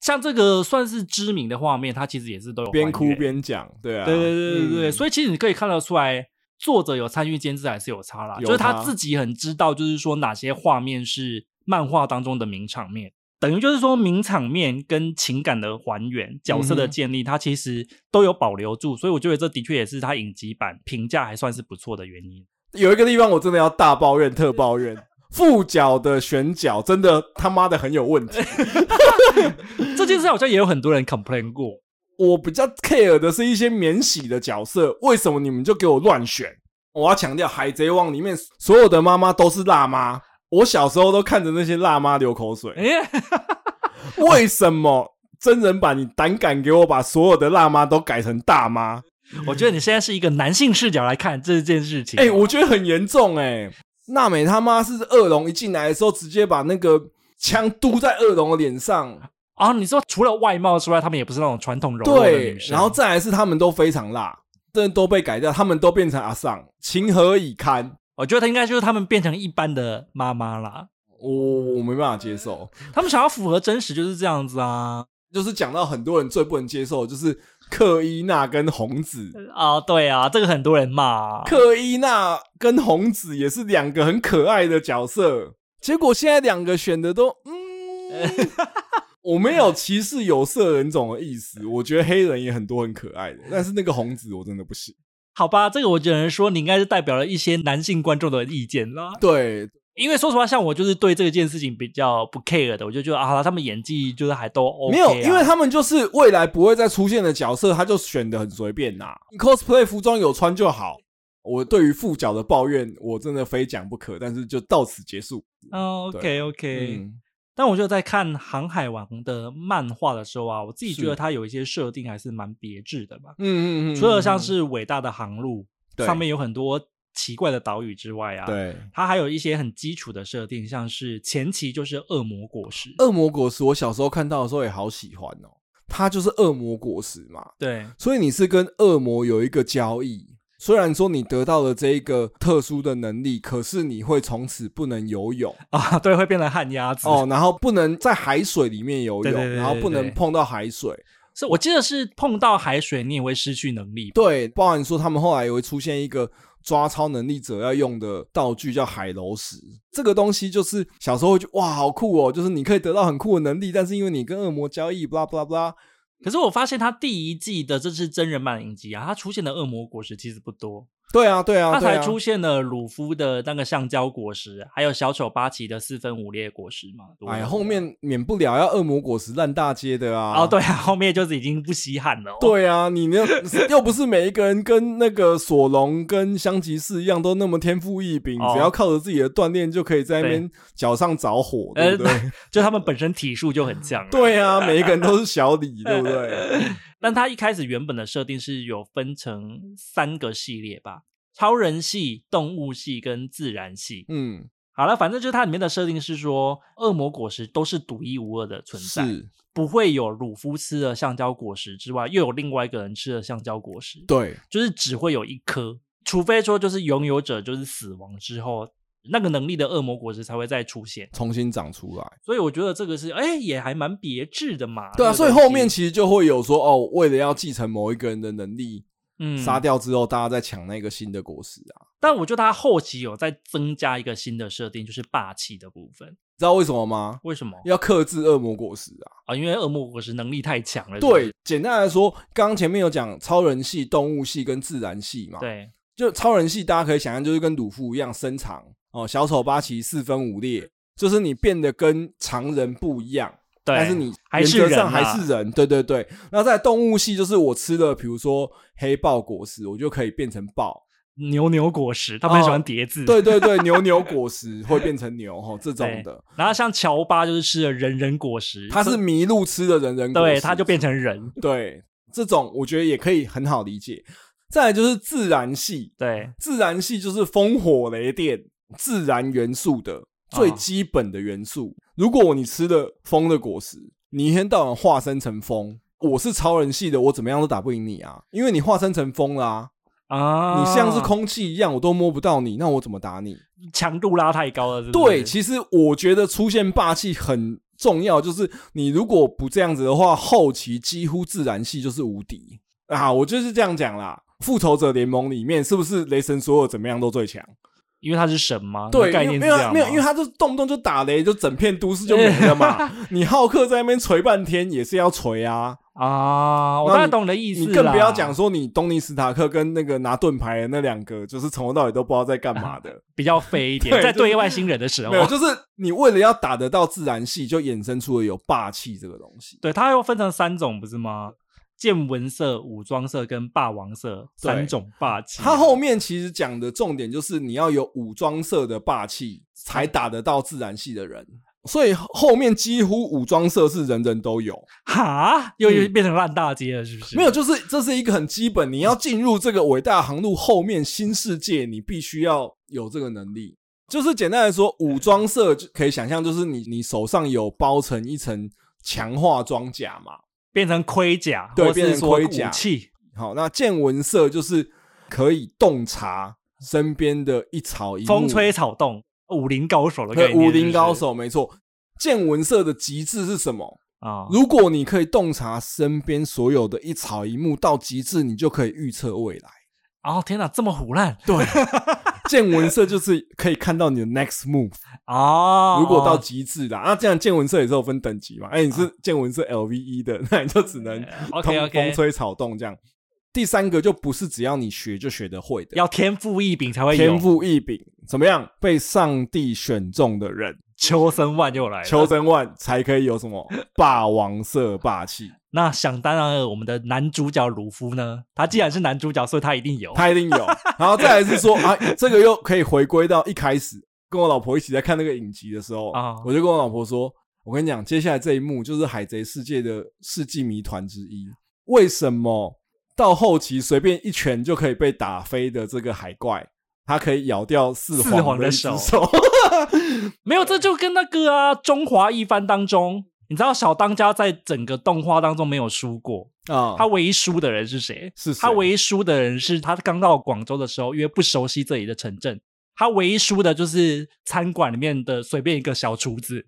像这个算是知名的画面，它其实也是都有边还哭原边讲，对啊，对对对对对对，嗯所以其实你可以看得出来，作者有参与监制还是有差啦，有就是他差自己很知道，就是说哪些画面是漫画当中的名场面，等于就是说名场面跟情感的还原、角色的嗯哼建立，他其实都有保留住，所以我觉得这的确也是他影集版评价还算是不错的原因。有一个地方我真的要大抱怨特抱怨，副角的选角真的他妈的很有问题。这件事好像也有很多人 complain 过，我比较 care 的是一些免洗的角色，为什么你们就给我乱选？我要强调，《海贼王》里面所有的妈妈都是辣妈，我小时候都看着那些辣妈流口水。哎，为什么真人版你胆敢给我把所有的辣妈都改成大妈？ 我觉得你现在是一个男性视角来看这件事情，哎、我觉得很严重哎、娜美他妈是恶龙一进来的时候，直接把那个枪嘟在恶龙的脸上，啊，你说除了外貌之外，他们也不是那种传统柔弱的对女，生，然后再来是他们都非常辣，真的都被改掉，他们都变成阿尚，情何以堪？我觉得他应该就是他们变成一般的妈妈啦，我我没办法接受，他们想要符合真实就是这样子啊。就是讲到很多人最不能接受的就是克伊娜跟红子，啊，对啊，这个很多人骂、啊。克伊娜跟红子也是两个很可爱的角色，结果现在两个选的都嗯。我没有歧视有色人种的意思，我觉得黑人也很多很可爱的，但是那个红子我真的不行。好吧，这个我只能说你应该是代表了一些男性观众的意见啦。对，因为说实话，像我就是对这件事情比较不 care 的，我就觉得啊，他们演技就是还都 OK 啊、没有，因为他们就是未来不会再出现的角色，他就选的很随便呐、你 cosplay 服装有穿就好。我对于副角的抱怨，我真的非讲不可，但是就到此结束。 o k 嗯 OK、嗯，但我就在看《航海王》的漫画的时候啊，我自己觉得是它有一些设定还是蛮别致的吧。嗯嗯嗯，除了像嗯是伟大的航路对上面有很多奇怪的岛屿之外啊，嗯对它还有一些很基础的设定，像是前期就是恶魔果实，恶魔果实，我小时候看到的时候也好喜欢哦。它就是恶魔果实嘛，对所以你是跟恶魔有一个交易。虽然说你得到了这一个特殊的能力，可是你会从此不能游泳。啊，对，会变成旱鸭子。哦，然后不能在海水里面游泳，对对对对然后不能碰到海水。是我记得是碰到海水你也会失去能力吧，对，包含说他们后来也会出现一个抓超能力者要用的道具，叫海楼石。这个东西就是小时候就哇，好酷哦，就是你可以得到很酷的能力，但是因为你跟恶魔交易，巴拉巴拉巴拉。可是我发现它第一季的这次真人版影集啊，它出现的恶魔果实其实不多，对啊，对啊，它对才啊。出现了鲁夫的那个橡胶果实，还有小丑八旗的四分五裂果实嘛。对不啊对哎，后面免不了要恶魔果实烂大街的啊。哦，对啊，后面就是已经不稀罕了、哦。对啊，你 那又不是每一个人跟那个索隆跟香吉士一样都那么天赋异禀，哦只要靠着自己的锻炼就可以在那边脚上着火，对呃不对？就他们本身体术就很强啊。对啊，每一个人都是小李，对不 对？但它一开始原本的设定是有分成三个系列吧，超人系、动物系跟自然系。嗯，好了，反正就是它里面的设定是说，恶魔果实都是独一无二的存在，是，不会有鲁夫吃的橡胶果实之外，又有另外一个人吃的橡胶果实，对，就是只会有一颗，除非说就是拥有者就是死亡之后。那个能力的恶魔果实才会再出现，重新长出来。所以我觉得这个是哎、也还蛮别致的嘛。对这个啊，所以东后面西其实就会有说，哦，为了要继承某一个人的能力，嗯杀掉之后，大家再抢那个新的果实啊。但我觉得它后期有在增加一个新的设定，就是霸气的部分。知道为什么吗？为什么要克制恶魔果实啊！啊？因为恶魔果实能力太强了。对，简单来说，刚刚前面有讲超人系、动物系跟自然系嘛。，对就超人系，大家可以想象就是跟鲁夫一样身长哦，小丑八旗四分五裂，就是你变得跟常人不一样，对，但是你还是原则人上啊还是人。对对对。那在动物系，就是我吃了比如说黑豹果实，我就可以变成豹。牛牛果实，他们很喜欢叠字。哦对对对，牛牛果实会变成牛哈，这种的。然后像乔巴就是吃了人人果实，他是麋鹿吃的人人果对，实他就变成人。对这种，我觉得也可以很好理解。再来就是自然系，对，自然系就是风火雷电自然元素的最基本的元素。如果你吃了风的果实，你一天到晚化身成风，我是超人系的，我怎么样都打不赢你啊，因为你化身成风啦、啊，你像是空气一样，我都摸不到你，那我怎么打你？强度拉太高了，是不对，是其实我觉得出现霸气很重要，就是你如果不这样子的话，后期几乎自然系就是无敌啊！我就是这样讲啦。复仇者联盟里面是不是雷神所有怎么样都最强？因为他是神嘛，对，概因为念是没这有他样没有，因为他他就动不动就打雷，就整片都市就没 了嘛。你浩克在那边锤半天也是要锤啊，啊，我那当然你懂你的意思你啦，更不要讲说你东尼史塔克跟那个拿盾牌的那两个，就是从头到尾都不知道在干 嘛的。比较废一点， 对在就是对外星人的时候没，有，就是你为了要打得到自然系，就衍生出了有霸气这个东西。对，它又分成三种，不是吗？见闻色、武装色跟霸王色对三种霸气。他后面其实讲的重点就是你要有武装色的霸气，才打得到自然系的人。所以后面几乎武装色是人人都有，哈又又嗯变成烂大街了，是不是？没有，就是这是一个很基本，你要进入这个伟大航路后面新世界，你必须要有这个能力。就是简单来说，武装色就可以想象，就是你你手上有包成一层强化装甲嘛，变成盔甲，对或变是成说盔武甲器。好，那见闻色就是可以洞察身边的一草一木，风吹草动，武林高手的概对念。武林高是手没错。见闻色的极致是什么？不是啊，如果你可以洞察身边所有的一草一木到极致，你就可以预测未来。哦天哪，这么胡乱 对，见闻色就是可以看到你的 next move。啊！如果到极致啦，那啊这样见闻色也是有分等级嘛？哎，你是见闻色 LVE 的，那你就只能 呃，OK 通风 OK，吹草动这样。第三个就不是只要你学就学得会的，要哦天赋异禀才会有天赋异禀，怎么样？被上帝选中的人，秋生万又来了。求真万才可以有什么霸王色霸气，那想当然了，我们的男主角鲁夫呢？他既然是男主角，所以他一定有。他一定有。然后再来是说啊，这个又可以回归到一开始跟我老婆一起在看那个影集的时候啊我就跟我老婆说，我跟你讲，接下来这一幕就是海贼世界的世纪谜团之一，为什么到后期随便一拳就可以被打飞的这个海怪？它可以咬掉四四皇皇的一只手手， 没有，这就跟那个啊，中华一番当中，你知道小当家在整个动画当中没有输过，啊！他唯一输的人是谁？是谁他唯一输的人是他刚到广州的时候，因为不熟悉这里的城镇，他唯一输的就是餐馆里面的随便一个小厨 子，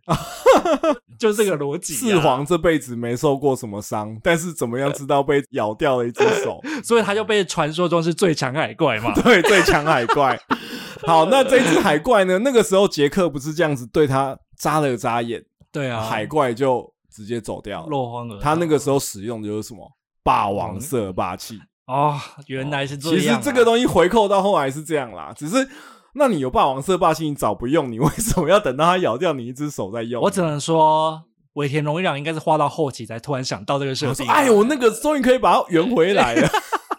就是这个逻辑、啊。呃四，皇这辈子没受过什么伤，但是怎么样知道被咬掉了一只手？所以他就被传说中是最强海怪 嘛。对，最强海怪。好，那这只海怪呢？那个时候杰克不是这样子对他眨了眨眼，对啊，海怪就直接走掉了。落荒而逃他那个时候使用的就是什么？霸王色霸气。哦，原来是这其样、啊实这个。东西回扣到后来是这样啦，只是那你有霸王色霸气，你早不用，你为什么要等到它咬掉你一只手再用？我只能说，尾田荣一郎应该是画到后期才突然想到这个设我说定。啊哎，我那个终于可以把它圆回来了。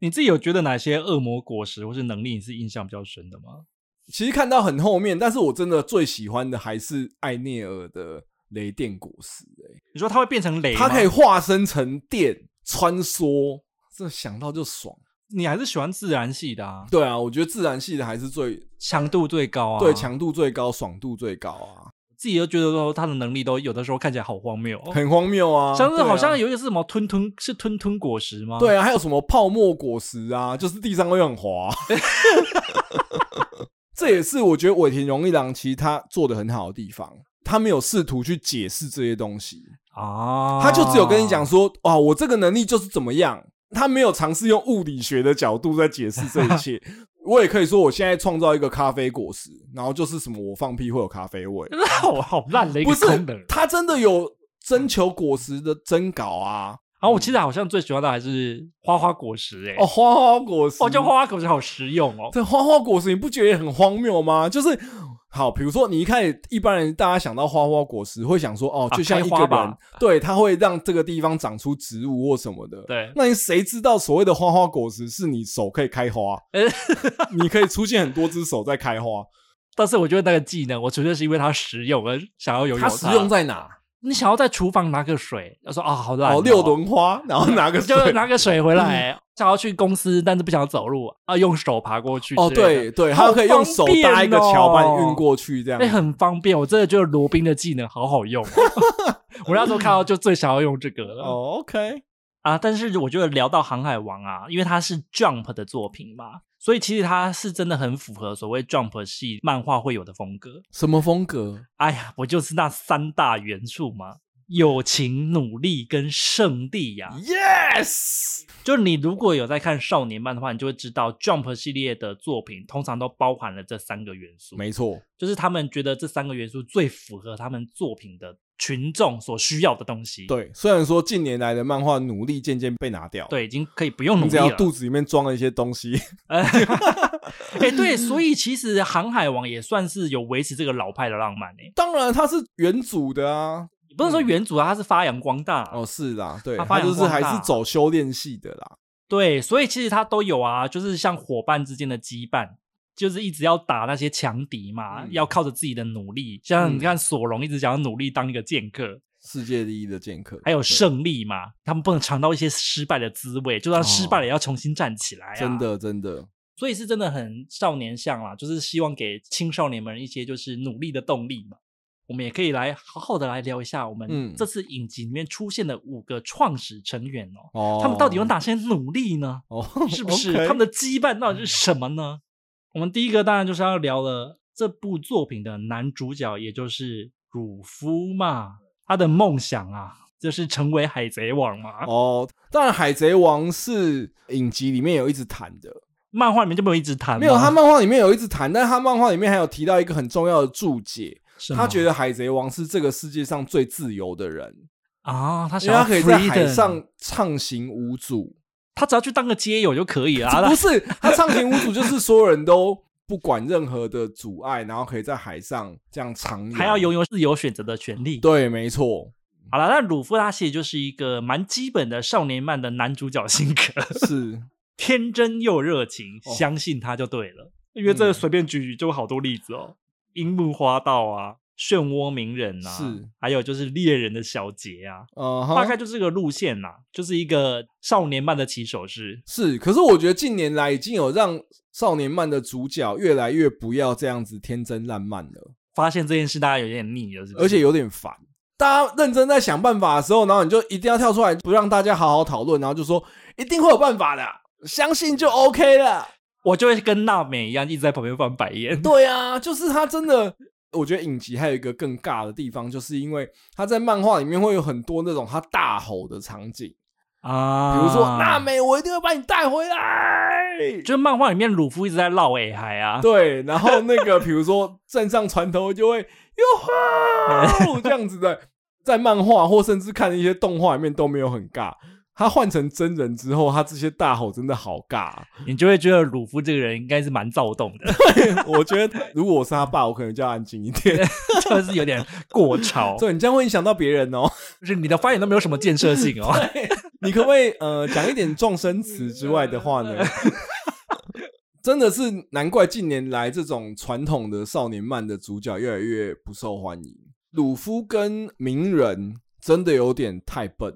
你自己有觉得哪些恶魔果实或是能力你是印象比较深的吗？其实看到很后面，但是我真的最喜欢的还是艾涅尔的雷电果实、欸，你说它会变成雷吗它可以，化身成电穿梭，这想到就爽。你还是喜欢自然系的啊，对啊，我觉得自然系的还是最、强度最高啊。对，强度最高，爽度最高啊，自己都觉得说他的能力都有的时候看起来好荒谬、哦。很荒谬啊。像是对啊好像有一个是什么吞吞是吞吞果实吗？对啊，还有什么泡沫果实啊，就是地上会很滑。啊 这也是我觉得尾田荣一郎其实他做的很好的地方，他没有试图去解释这些东西。啊，他就只有跟 你讲说，哦 啊，我这个能力就是怎么样，他没有尝试用物理学的角度在解释这一切。我也可以说，我现在创造一个咖啡果实，然后就是什么，我放屁会有咖啡味，好好烂的一不个是功能。它真的有征求果实的征稿啊！然后我记得好像最喜欢的还是花花果实、欸，哦，花花果实，我觉得花花果实好实用哦。这花花果实你不觉得也很荒谬吗？就是好，比如说你一开始一般人大家想到花花果实会想说哦，啊就像一个开花人，吧对，它会让这个地方长出植物或什么的。对，那你谁知道所谓的花花果实是你手可以开 花，呃你可以出现很多只手在开花？但是我觉得那个技能，我纯粹是因为它实用而想要拥有它实用在哪？你想要在厨房拿个水，他说啊、好烂、哦，六，轮花，然后拿个 就水。嗯是拿个水回来。想要去公司，但是不想走路啊，用手爬过去。哦，对，对，好它可以用手搭一个桥把你运过去，这样哎、。很方便。我真的觉得罗宾的技能好好 用哦、我那时候看到就最想要用这个了。哦，OK，啊，但是我觉得聊到《航海王》啊，因为它是 Jump 的作品嘛，所以其实它是真的很符合所谓 Jump 系漫画会有的风格。什么风格？哎呀，不就是那三大元素吗？友情、努力跟胜利呀、 Yes，就你如果有在看少年漫的话，你就会知道 Jump 系列的作品通常都包含了这三个元素，没错，就是他们觉得这三个元素最符合他们作品的群众所需要的东西。对。虽然说近年来的漫画努力渐渐被拿掉，，对，已经可以不用努你只力要了。肚子里面装了一些东西， 哎、哎对，所以其实《航海王》也算是有维持这个老派的浪漫诶、当然它是原主的啊。不能说原主啊，他是发扬光大、哦，是啦，对，它发它扬就是还光是大走修炼系的啦。对，所以其实他都有啊，就是像伙伴之间的羁绊，就是一直要打那些强敌嘛，嗯要靠着自己的努力。像你看索隆一直想要努力当一个剑客，世界第一的剑客，还有对胜利嘛，他们不能尝到一些失败的滋味，就算失败了也要重新站起来、啊哦真，的真的，所以是真的很少年向啦，就是希望给青少年们一些就是努力的动力嘛。我们也可以来好好的来聊一下我们嗯这次影集里面出现的五个创始成员哦，哦，他们到底有哪些努力呢？哦， 是不是？ OK 他们的羁绊到底是什么呢？我们第一个当然就是要聊了这部作品的男主角，也就是鲁夫嘛，他的梦想啊，就是成为海贼王嘛。哦，当然，《海贼王》是影集里面有一直谈的，漫画里面就没有一直谈吗，没有他漫画里面有一直谈，但是他漫画里面还有提到一个很重要的注解，是吗他觉得海贼王是这个世界上最自由的人，啊，他因想为要他可以在海 freedom 上畅行无阻。他只要去当个街友就可以了啊。不他是，他畅行无阻就是所有人都不管任何的阻碍，然后可以在海上这样徜徉，还要拥有自由选择的权利。啊对，没错，好了，那鲁夫他其实就是一个蛮基本的少年漫的男主角性格， 是。天真又热情，哦相信他就对了。因为这嗯随便举举就有好多例子哦，樱木花道啊，漩涡鸣人啊，是，还有就是猎人的小杰啊，呃，大概就是这个路线啦、就是一个少年漫的起手式。是，可是我觉得近年来已经有让少年漫的主角越来越不要这样子天真烂漫了，发现这件事大家有点腻了，是不是？而且有点烦。大家认真在想办法的时候，然后你就一定要跳出来，不让大家好好讨论，然后就说一定会有办法的，相信就 OK 了。我就会跟娜美一样，一直在旁边翻白眼。对啊， 就是他真的，我觉得影集还有一个更尬的地方，就是因为他在漫画里面会有很多那种他大吼的场景，比啊，如说娜，美，我一定会把你带回来。就是漫画里面鲁夫一直在绕尾海 啊，对，然后那个比如说站上船头就会哟吼这样子的，在漫画或甚至看一些动画里面都没有很尬。他换成真人之后，他这些大吼真的好尬啊、你就会觉得鲁夫这个人应该是蛮躁动的， 我觉得如果我是他爸，我可能就要安静一 点。就是有点 过潮，所以你这样会影响到别人哦。就是你的发言都没有什么建设性哦。 你可不可以呃讲一点撞声词之外的话呢？真的是难怪近年来这种传统的少年漫的主角越来越不受欢迎。鲁夫跟鸣人真的有点太笨，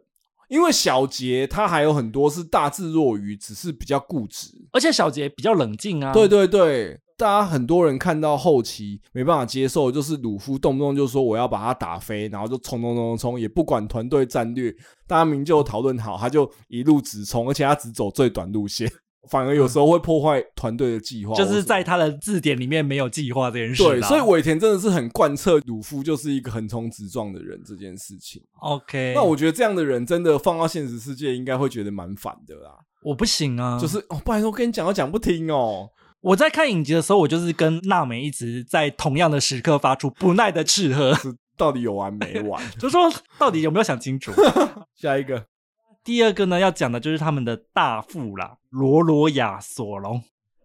因为小杰他还有很多是大智若愚，只是比较固执。而且小杰比较冷静啊，对对对，大家很多人看到后期没办法接受，就是鲁夫动不动就说我要把他打飞，然后就冲冲冲冲冲，也不管团队战略，大家明就讨论好，他就一路直冲，而且他只走最短路线，反而有时候会破坏团队的计划。就是在他的字典里面没有计划这件事啦。对，所以尾田真的是很贯彻鲁夫就是一个横冲直撞的人这件事情。 OK，那我觉得这样的人真的放到现实世界，应该会觉得蛮反的啦。我不行啊， 就是哦，不然我跟你讲，我讲不听哦。我在看影集的时候，我就是跟娜美一直在同样的时刻发出不耐的斥喝，是到底有完没完？就说到底有没有想清楚。 下一个，第二个呢，要讲的就是他们的大副啦，罗罗亚索隆，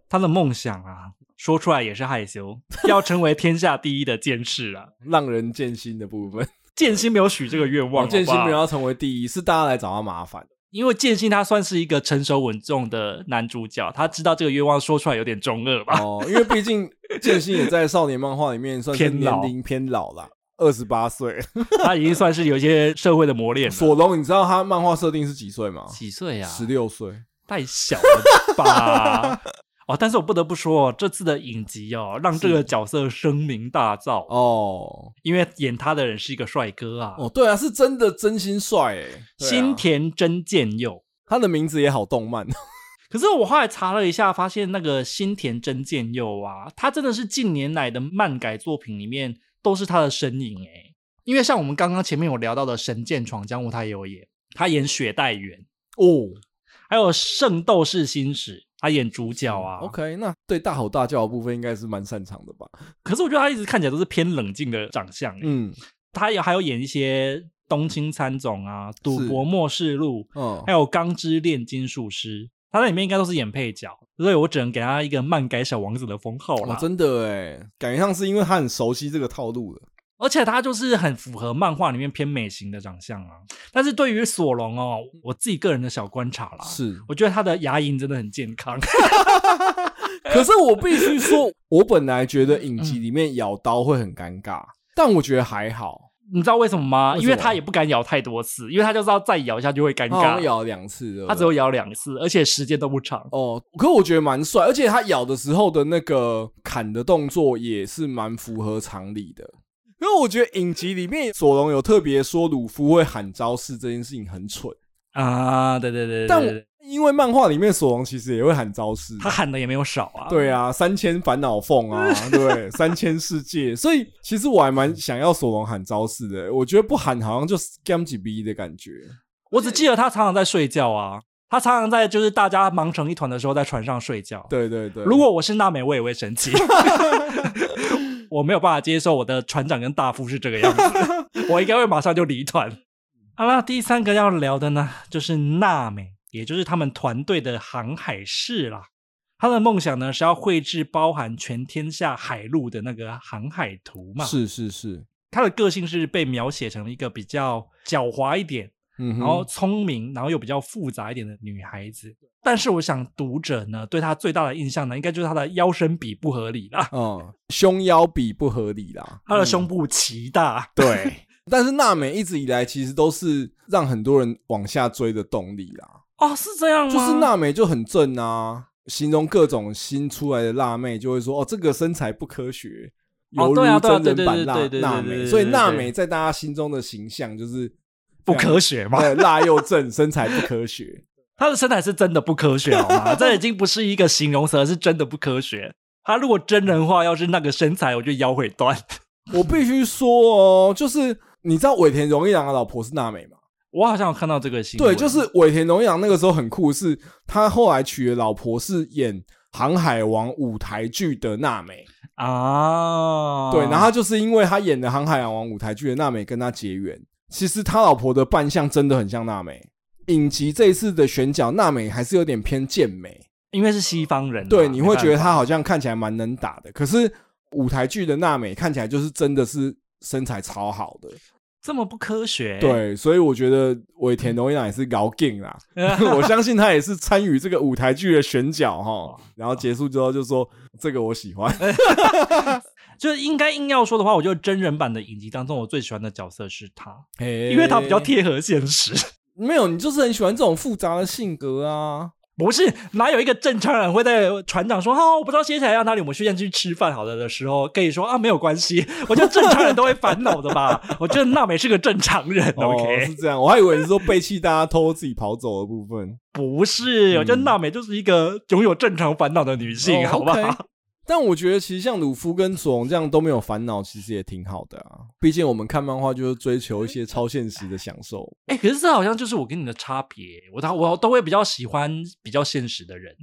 他的梦想啊，说出来也是害羞，要成为天下第一的剑士啊。让人见心的 部分，剑心没有许这个愿望，王建新好不好哦没有要成为第一，是大家来找他麻烦。因为剑心他算是一个成熟稳重的男主角，他知道这个愿望说出来有点中二吧。哦，因为毕竟建新也在少年漫画里面算是偏老年龄偏老啦，二十 八岁。他已经算是有一些社会的磨练了。索隆，你知道他漫画设定是几岁吗？几岁啊？十六岁。太小了吧？哦，但是我不得不说，这次的影集哦，让这个角色声名大噪，哦因为演他的人是一个帅哥啊，哦，对啊，是真的真心帅哎，对啊新田真剑佑。他的名字也好动漫 可是我后来查了一下，发现那个新田真剑佑啊，他真的是近年来的漫改作品里面都是他的身影诶、因为像我们刚刚前面有聊到的《神剑闯江湖》，他也有演，他演雪代缘，哦。还有《圣斗士星矢》，他演主角啊。嗯 OK，那对大吼大叫的部分应该是蛮擅长的吧？可是我觉得他一直看起来都是偏冷静的长相、嗯，嗯他有还有演一些《东京喰种》啊，《赌博末世录》，嗯还，有《钢之炼金术师》，他在里面应该都是演配角，所以我只能给他一个漫改小王子的封号哦啦。，真的哎，感觉上是因为他很熟悉这个套路了。而且他就是很符合漫画里面偏美型的长相啊。但是对于索隆哦，我自己个人的小观察啦，是，我觉得他的牙龈真的很健康。 可是我必须说，我本来觉得影集里面咬刀会很尴尬，嗯但我觉得还好，你知道为什么吗？为什么因为他也不敢咬太多次，因为他就知道再咬一下就会尴他好像尬。咬了两次对不对他只有咬两次，而且时间都不长。哦，可我觉得蛮帅，而且他咬的时候的那个砍的动作也是蛮符合常理的。因为我觉得影集里面索隆有特别说鲁夫会喊招式这件事情很蠢，啊，对对对对但对我因为漫画里面索隆其实也会喊招式，他喊的也没有少啊。对啊，三千烦恼 缝啊，对不对，三千世界，所以其实我还蛮想要索隆喊招式的，我觉得不喊好像就 scam 几 b 的感觉。我只记得他常常在睡觉啊，他常常在就是大家忙成一团的时候在船上睡觉。，对对对，如果我是娜美，我也会生 气。我没有办法接受我的船长跟大副是这个样 子，我应该会马上就离团。好啦，第三个要聊的呢，就是娜美，也就是他们团队的航海士啦。他的梦想呢是要绘制包含全天下海陆的那个航海图嘛。是是是，他的个性是被描写成一个比较狡猾一点，嗯哼，然后聪明，然后又比较复杂一点的女孩子。但是我想读者呢，对她最大的印象呢，应该就是她的腰身比不合理啦，嗯，胸腰比不合理啦，她的嗯胸部奇大。 对，但是娜美一直以来其实都是让很多人往下追的动力啦。哦，是这样吗？就是娜美就很正啊，形容各种新出来的辣妹就会说哦，这个身材不科学，哦犹如对啊对啊真人版对对对辣对对对娜对对美。对所以对娜对美在大家心中的形象就是不科学吗？呃辣又正，身材不科学。她的身材是真的不科学好 吗？这已经不是一个形容词，而是真的不科学。她如果真人化，要是那个身材，我就腰会断。 我必须说哦，就是你知道尾田荣一郎的老婆是娜美吗？我好像有看到这个新闻，对，就是尾田荣一郎那个时候很酷，是他后来娶的老婆是演《航海王》舞台剧的娜美。啊，对，然后他就是因为他演的《航海王》舞台剧的娜美跟他结缘。其实他老婆的扮相真的很像娜美。影集这一次的选角，娜美还是有点偏健美，因为是西方人嘛，对，你会觉得她。她好像看起来蛮能打的。可是舞台剧的娜美看起来就是真的是身材超好的，这么不科学。，对，所以我觉得尾田荣一郎也是搞 劲啦。我相信他也是参与这个舞台剧的选角哦哈，然后结束之后就说这个我喜欢，就是应该硬要说的话，我觉得真人版的影集当中，我最喜欢的角色是他，因因为他比较。贴合现实。 没有，你就是很喜欢这种复杂的性格啊。不是哪有一个正常人会在船长说“哦，我不知道接下来要哪里，我们去先去吃饭好了”的时候，可以说啊没有关系。 我觉得正常人都会烦恼的吧。 我觉得娜美是个正常人 哦， ，OK？、是这样，我还以为你是说背弃大家偷自己跑走的部分。 不是，我觉得娜美就是一个拥有正常烦恼的女性，哦好不好 OK 但我觉得其实像鲁夫跟索隆这样都没有烦恼，其实也挺好的啊。毕竟我们看漫画就是追求一些超现实的享受。哎、可是这好像就是我跟你的差别。我都我都会比较喜欢比较现实的人。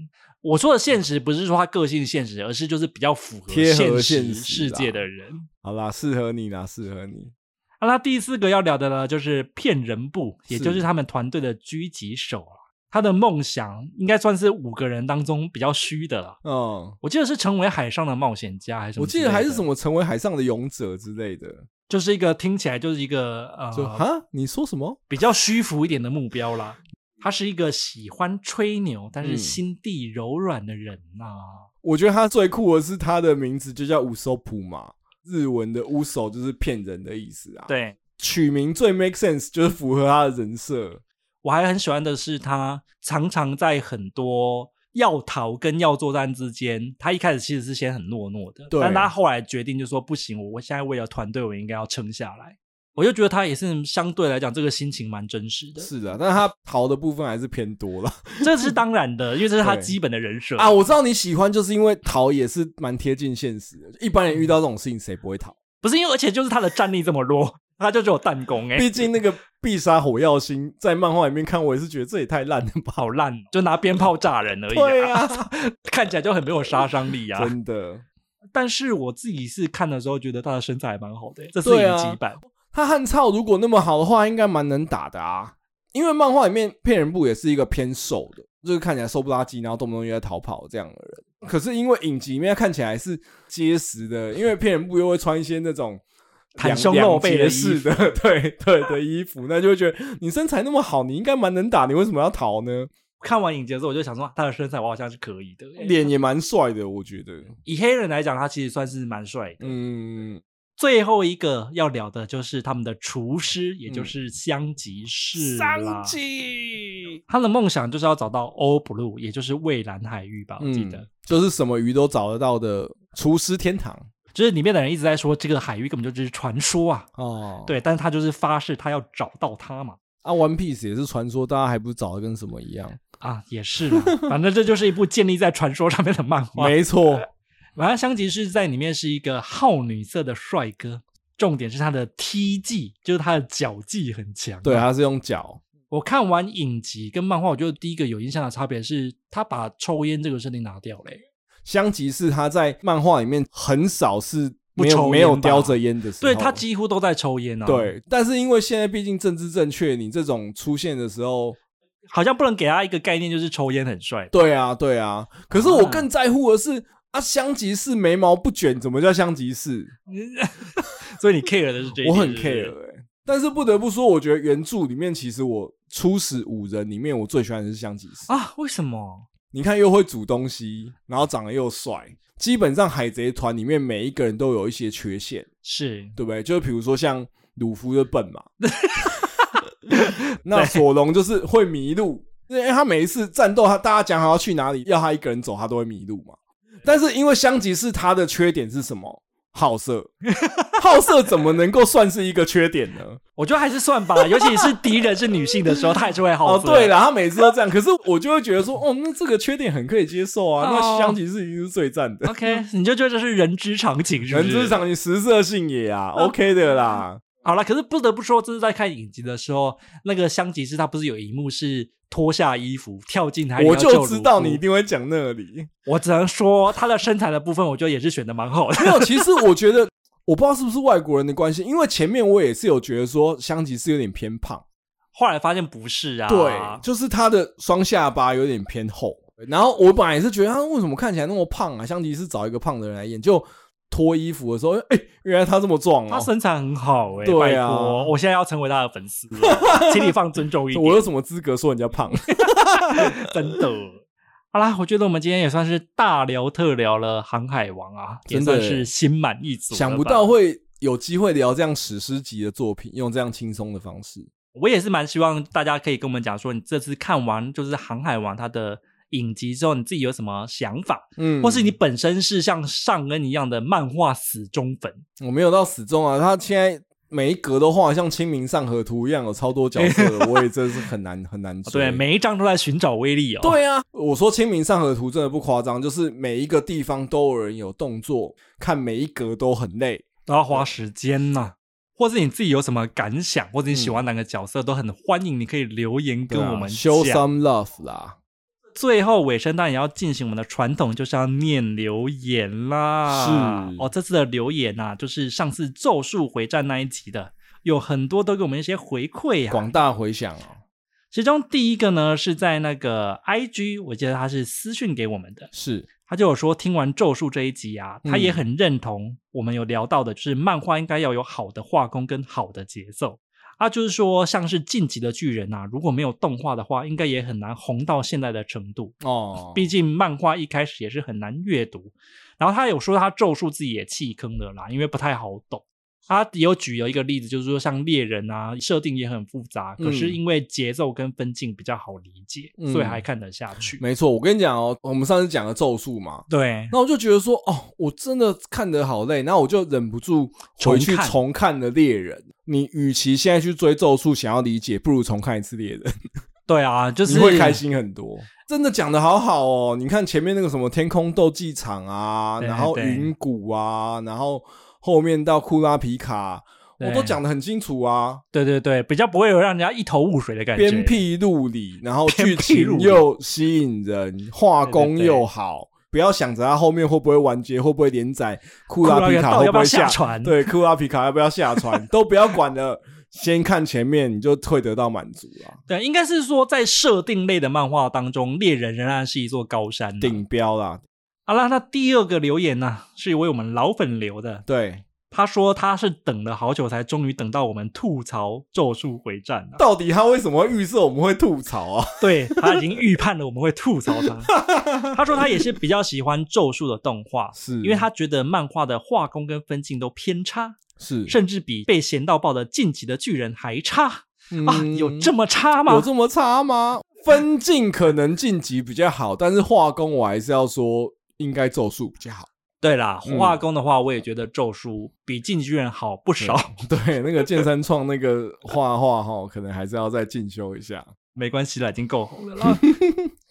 我说的现实不是说他个性现实，而是就是比较符合贴实合现实世啊界的人。好啦，适合你啦，适合你。好、啦，第四个要聊的呢，就是骗人部，也是就是他们团队的狙击手啊。他的梦想应该算是五个人当中比较虚的了。嗯，我记得是成为海上的冒险家还是什么我之记类的？得还是什么成为海上的勇者之类的。就是一个听起来就是一个就呃哈，你说什么？比较虚浮一点的目标啦。他是一个喜欢吹牛，但是嗯心地柔软的人呐、我觉得他最酷的是他的名字就叫乌手普嘛，日文的乌手就是骗人的意思啊。，对取名最 make sense 就是符合他的人设。我还很喜欢的是，他常常在很多要逃跟要作战之间，他一开始其实是先很懦弱的，对但他后来决定就说不行，我我现在为了团队，我应该要撑下来。我就觉得他也是相对来讲，这个心情蛮真实的，是的，但是他逃的部分还是偏多了 这是当然的，因为这是他对基本的人设啊。我知道你喜欢，就是因为逃也是蛮贴近现实的。一般人遇到这种事情，谁不会逃？不是因为，而且就是他的战力这么弱，他就只有弹 弓哎、毕竟那个必杀火药星在漫画里面看，我也是觉得这也太烂了吧。好烂、哦，就拿鞭炮炸人而已、对啊， 看起来就很没有杀伤力啊。 真的，但是我自己是看的时候，觉得他的身材还蛮好的、这是对啊影集版，他汉超如果那么好的话，应该蛮能打的啊。因为漫画里面骗人部也是一个偏瘦的，就是看起来瘦不拉几，然后动不动就在逃跑这样的人。可是因为影集里面看起来是结实的，因为骗人部又会穿一些那种袒胸露背的衣式的， 对对的衣服，那就会觉得你身材那么好，你应该蛮能打，你为什么要逃呢？看完影集的时候，我就想说，啊他的身材我好像是可以的、脸也蛮帅的，我觉得。以黑人来讲，他其实算是蛮帅的。嗯，最后一个要聊的就是他们的厨师，也就是香吉士啦。吉，他的梦想就是要找到欧布鲁，也就是蔚蓝海域吧，我记得。嗯，就是什么鱼都找得到的厨师天堂就是里面的人一直在说这个海域根本就只是传说啊，哦。对，但是他就是发誓他要找到他嘛，啊，One Piece 也是传说，大家还不是找的跟什么一 样？啊，也是啦， 反正这就是一部建立在传说上面的漫画。没错，反正香吉士在里面是一个好女色的帅哥，重点是他的踢技，就是他的脚技很强。啊对，，啊他是用脚，我看完影集跟漫画，我觉得第一个有印象的差别是他把抽烟这个设定拿掉欸嘞、香吉士他在漫画里面很少是没不抽有烟没有吧叼着烟的时候，对他几乎都在抽烟啊，，对，但是因为现在毕竟政治正确，你这种出现的时候，好像不能给他一个概念，就是抽烟很帅。对啊，对啊。可是我更在乎的是啊，香吉士眉毛不卷，怎么叫香吉士？所以你 care 的是这一点，我很是不是 care 哎、但是不得不说，我觉得原著里面其实我初始五人里面，我最喜欢的是香吉士。啊？为什么？你看又会煮东西，然后长得又帅，基本上海贼团里面每一个人都有一些缺陷，是对不对？就比如说像鲁夫就笨 嘛，那索隆就是会迷路，因为他每一次战斗，他大家讲好要去哪里，要他一个人走，他都会迷路嘛。但是因为香吉士他的缺点是什么？好色，好色怎么能够算是一个缺点呢？我觉得还是算吧，尤其是敌人是女性的时候，他还是会好哦，色啊对了，他每次都这样，可是我就会觉得说，哦，那这个缺点很可以接受哦啊。那香吉士一定是最赞 的。 OK，你就觉得这是人之常情，是不人是？之。常情，食色性也啊，OK 的啦。好了，可是不得不说，这是在看影集的时候，那个香吉士他不是有一幕是脱下衣服跳进海里，我要救就鲁知道夫你一。定会讲那里。我只能说他的身材的部分，我觉得也是选的蛮好 没的。 有，其实我觉 得，我不知道是不是外国人的关系，因为前面我也是有觉得说香吉士有点偏胖，后来发现不是啊，对，就是他的双下巴有点偏厚。然后我本来也是觉得啊他为什么看起来那么胖啊？香吉士找一个胖的人来演，就脱衣服的时候，哎、原来他这么壮他哦、 身材很好哎、对啊拜托我现在要成为他的粉丝 了，请你放尊重一点。我有什么资格说人家 胖？ 真的。好啦，我觉得我们今天也算是大聊特聊了《航海王》啊，也真的欸算是心满意足。想不到，会有机会聊这样史诗级的作品，用这样轻松的方式。我也是蛮希望大家可以跟我们讲说，你这次看完就是《航海王》它的影集之后，你自己有什么想法，嗯，或是你本身是像上恩一样的漫画死忠粉，我没有到死忠啊，他现在每一格都画得像《清明上河图》一样有超多角色的，我也真是很难很难追。哦对，每一张都在寻找威力哦。，对啊，我说《清明上河图》真的不夸张，就是每一个地方都有人有动作，看每一格都很累。都要花时间呐、或是你自己有什么感想，或者你喜欢哪个角色，都很欢迎你可以留言对跟我们啊、show 讲。 some love 啦，最后尾声当然也要进行我们的传统，就是要念留言啦。是哦，这次的留言啊，就是上次《咒术回战》那一集的，有很多都给我们一些回馈啊。广大回响哦。其中第一个呢是在那个 IG，我记得他是私讯给我们的，是，他就有说听完《咒术》这一集啊，嗯他也很认同我们有聊到的，就是漫画应该要有好的画工跟好的节奏。啊，就是说，像是晋级的巨人啊，如果没有动画的话，应该也很难红到现在的程度。哦，毕竟漫画一开始也是很难阅读。然后他有说他咒术自己也弃坑了啦，因为不太好懂。他也有举了一个例子，就是说像猎人啊，设定也很复杂，可是嗯因为节奏跟分镜比较好理解，嗯所以还看得下去。没错，我跟你讲哦，我们上次讲的咒术嘛，对，那我就觉得说，哦，我真的看得好累，那我就忍不住回去重看重看了猎人。你与其现在去追咒术，想要理解，不如重看一次猎人，对啊，就是你会开。心很多。真的讲的好好哦，你看前面那个什么天空斗技场啊，对然后对云谷啊，然后后面到库拉皮卡，我对都讲的很清楚啊，对对对，比较不会有让人家一头雾水的感觉。鞭辟啊 入里，然后鞭剧辟入情里又吸引人，画工又好。不要想着它后面会不会完结，会不会连载，库拉皮卡到底会要不会要下下船？对，库拉皮卡要 不要下船都不要管了，先看前面你就会得到满足 啦，对，应该是说在设定类的漫画当中，猎人仍然是一座高山、啊。顶标啦。好啦，那第二个留言呢、是一位我们老粉留的，对，他说他是等了好久才终于等到我们吐槽《咒术回战》 了。到底他为什么会预设我们会吐槽啊？对他已经预判了我们会吐槽他。他说他也是比较喜欢《咒术》的动画，是因为他觉得漫画的画工跟分镜都偏差，是甚至比被闲到爆的《晋级的巨人》还差、啊！嗯有这么差有吗？这么差吗？分镜可能晋级比较好，但是画工我还是要说应该咒术比较好。对啦，嗯画工的话，我也觉得《咒术》比《晋级巨人》好不少。 对，那个剑三创那个画画哈，可能还是要再进修一下。没关系啦，已经够红了啦。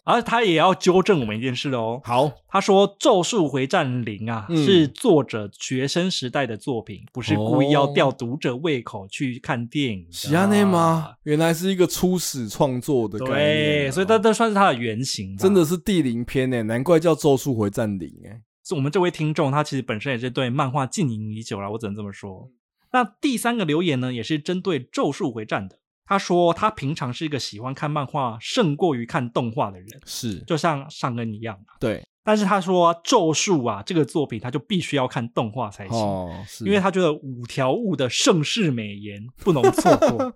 而他也要纠正我们一件事哦，好，他说《咒术回战零》啊，嗯是作者学生时代的作品，不是故意要哦吊读者胃口去看电影的啊。喜亚内吗？原来是一个初始创作的概念啊、对，所以他这算是他的原型吧。真的是地灵篇呢、难怪叫《咒术回战》零哎、是我们这位听众，他其实本身也是对漫画经营已久了，我只能这么说。嗯那第三个留言呢，也是针对《咒术回战》的。他说他平常是一个喜欢看漫画胜过于看动画的人，是就像上恩一样啊。对但是他说《咒术》啊，这个作品他就必须要看动画才行。哦，是因为他觉得五条悟的盛世美颜不能错 过，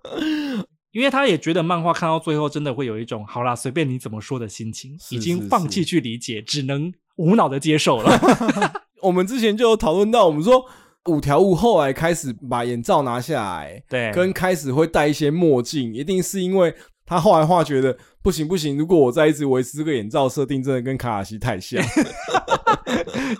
因为他也觉得漫画看到最后真的会有一种好啦，随便你怎么说的心情，是已是经放弃去理解，只能无脑的接受 了。我们之前就有讨论到，我们说五条悟后来开始把眼罩拿下来，对，跟开始会戴一些墨镜，一定是因为他后来画觉得不行不行，如果我再一直维持这个眼罩设定，真的跟卡卡西太 像。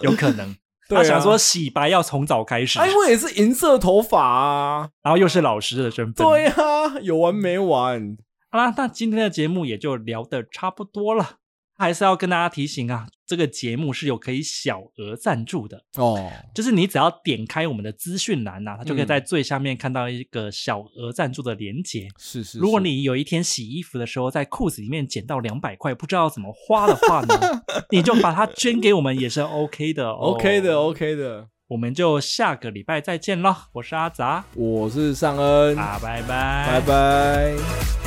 有可能。 对啊他想说洗白要从早开始，哎，我也是银色头发啊，然后又是老师的身份。对啊，有完没完？好啦，那今天的节目也就聊得差不多了，还是要跟大家提醒啊，这个节目是有可以小额赞助的，哦，就是你只要点开我们的资讯栏啊呐、它就可以嗯在最下面看到一个小额赞助的连结。是是如果你有一天洗衣服的时候在裤子里面捡到两百块，不知道怎么花的话呢，你就把它捐给我们也是 OK 的、哦。 OK 的 OK 的，我们就下个礼拜再见喽。我是阿杂我是尚恩，啊，拜拜，拜拜。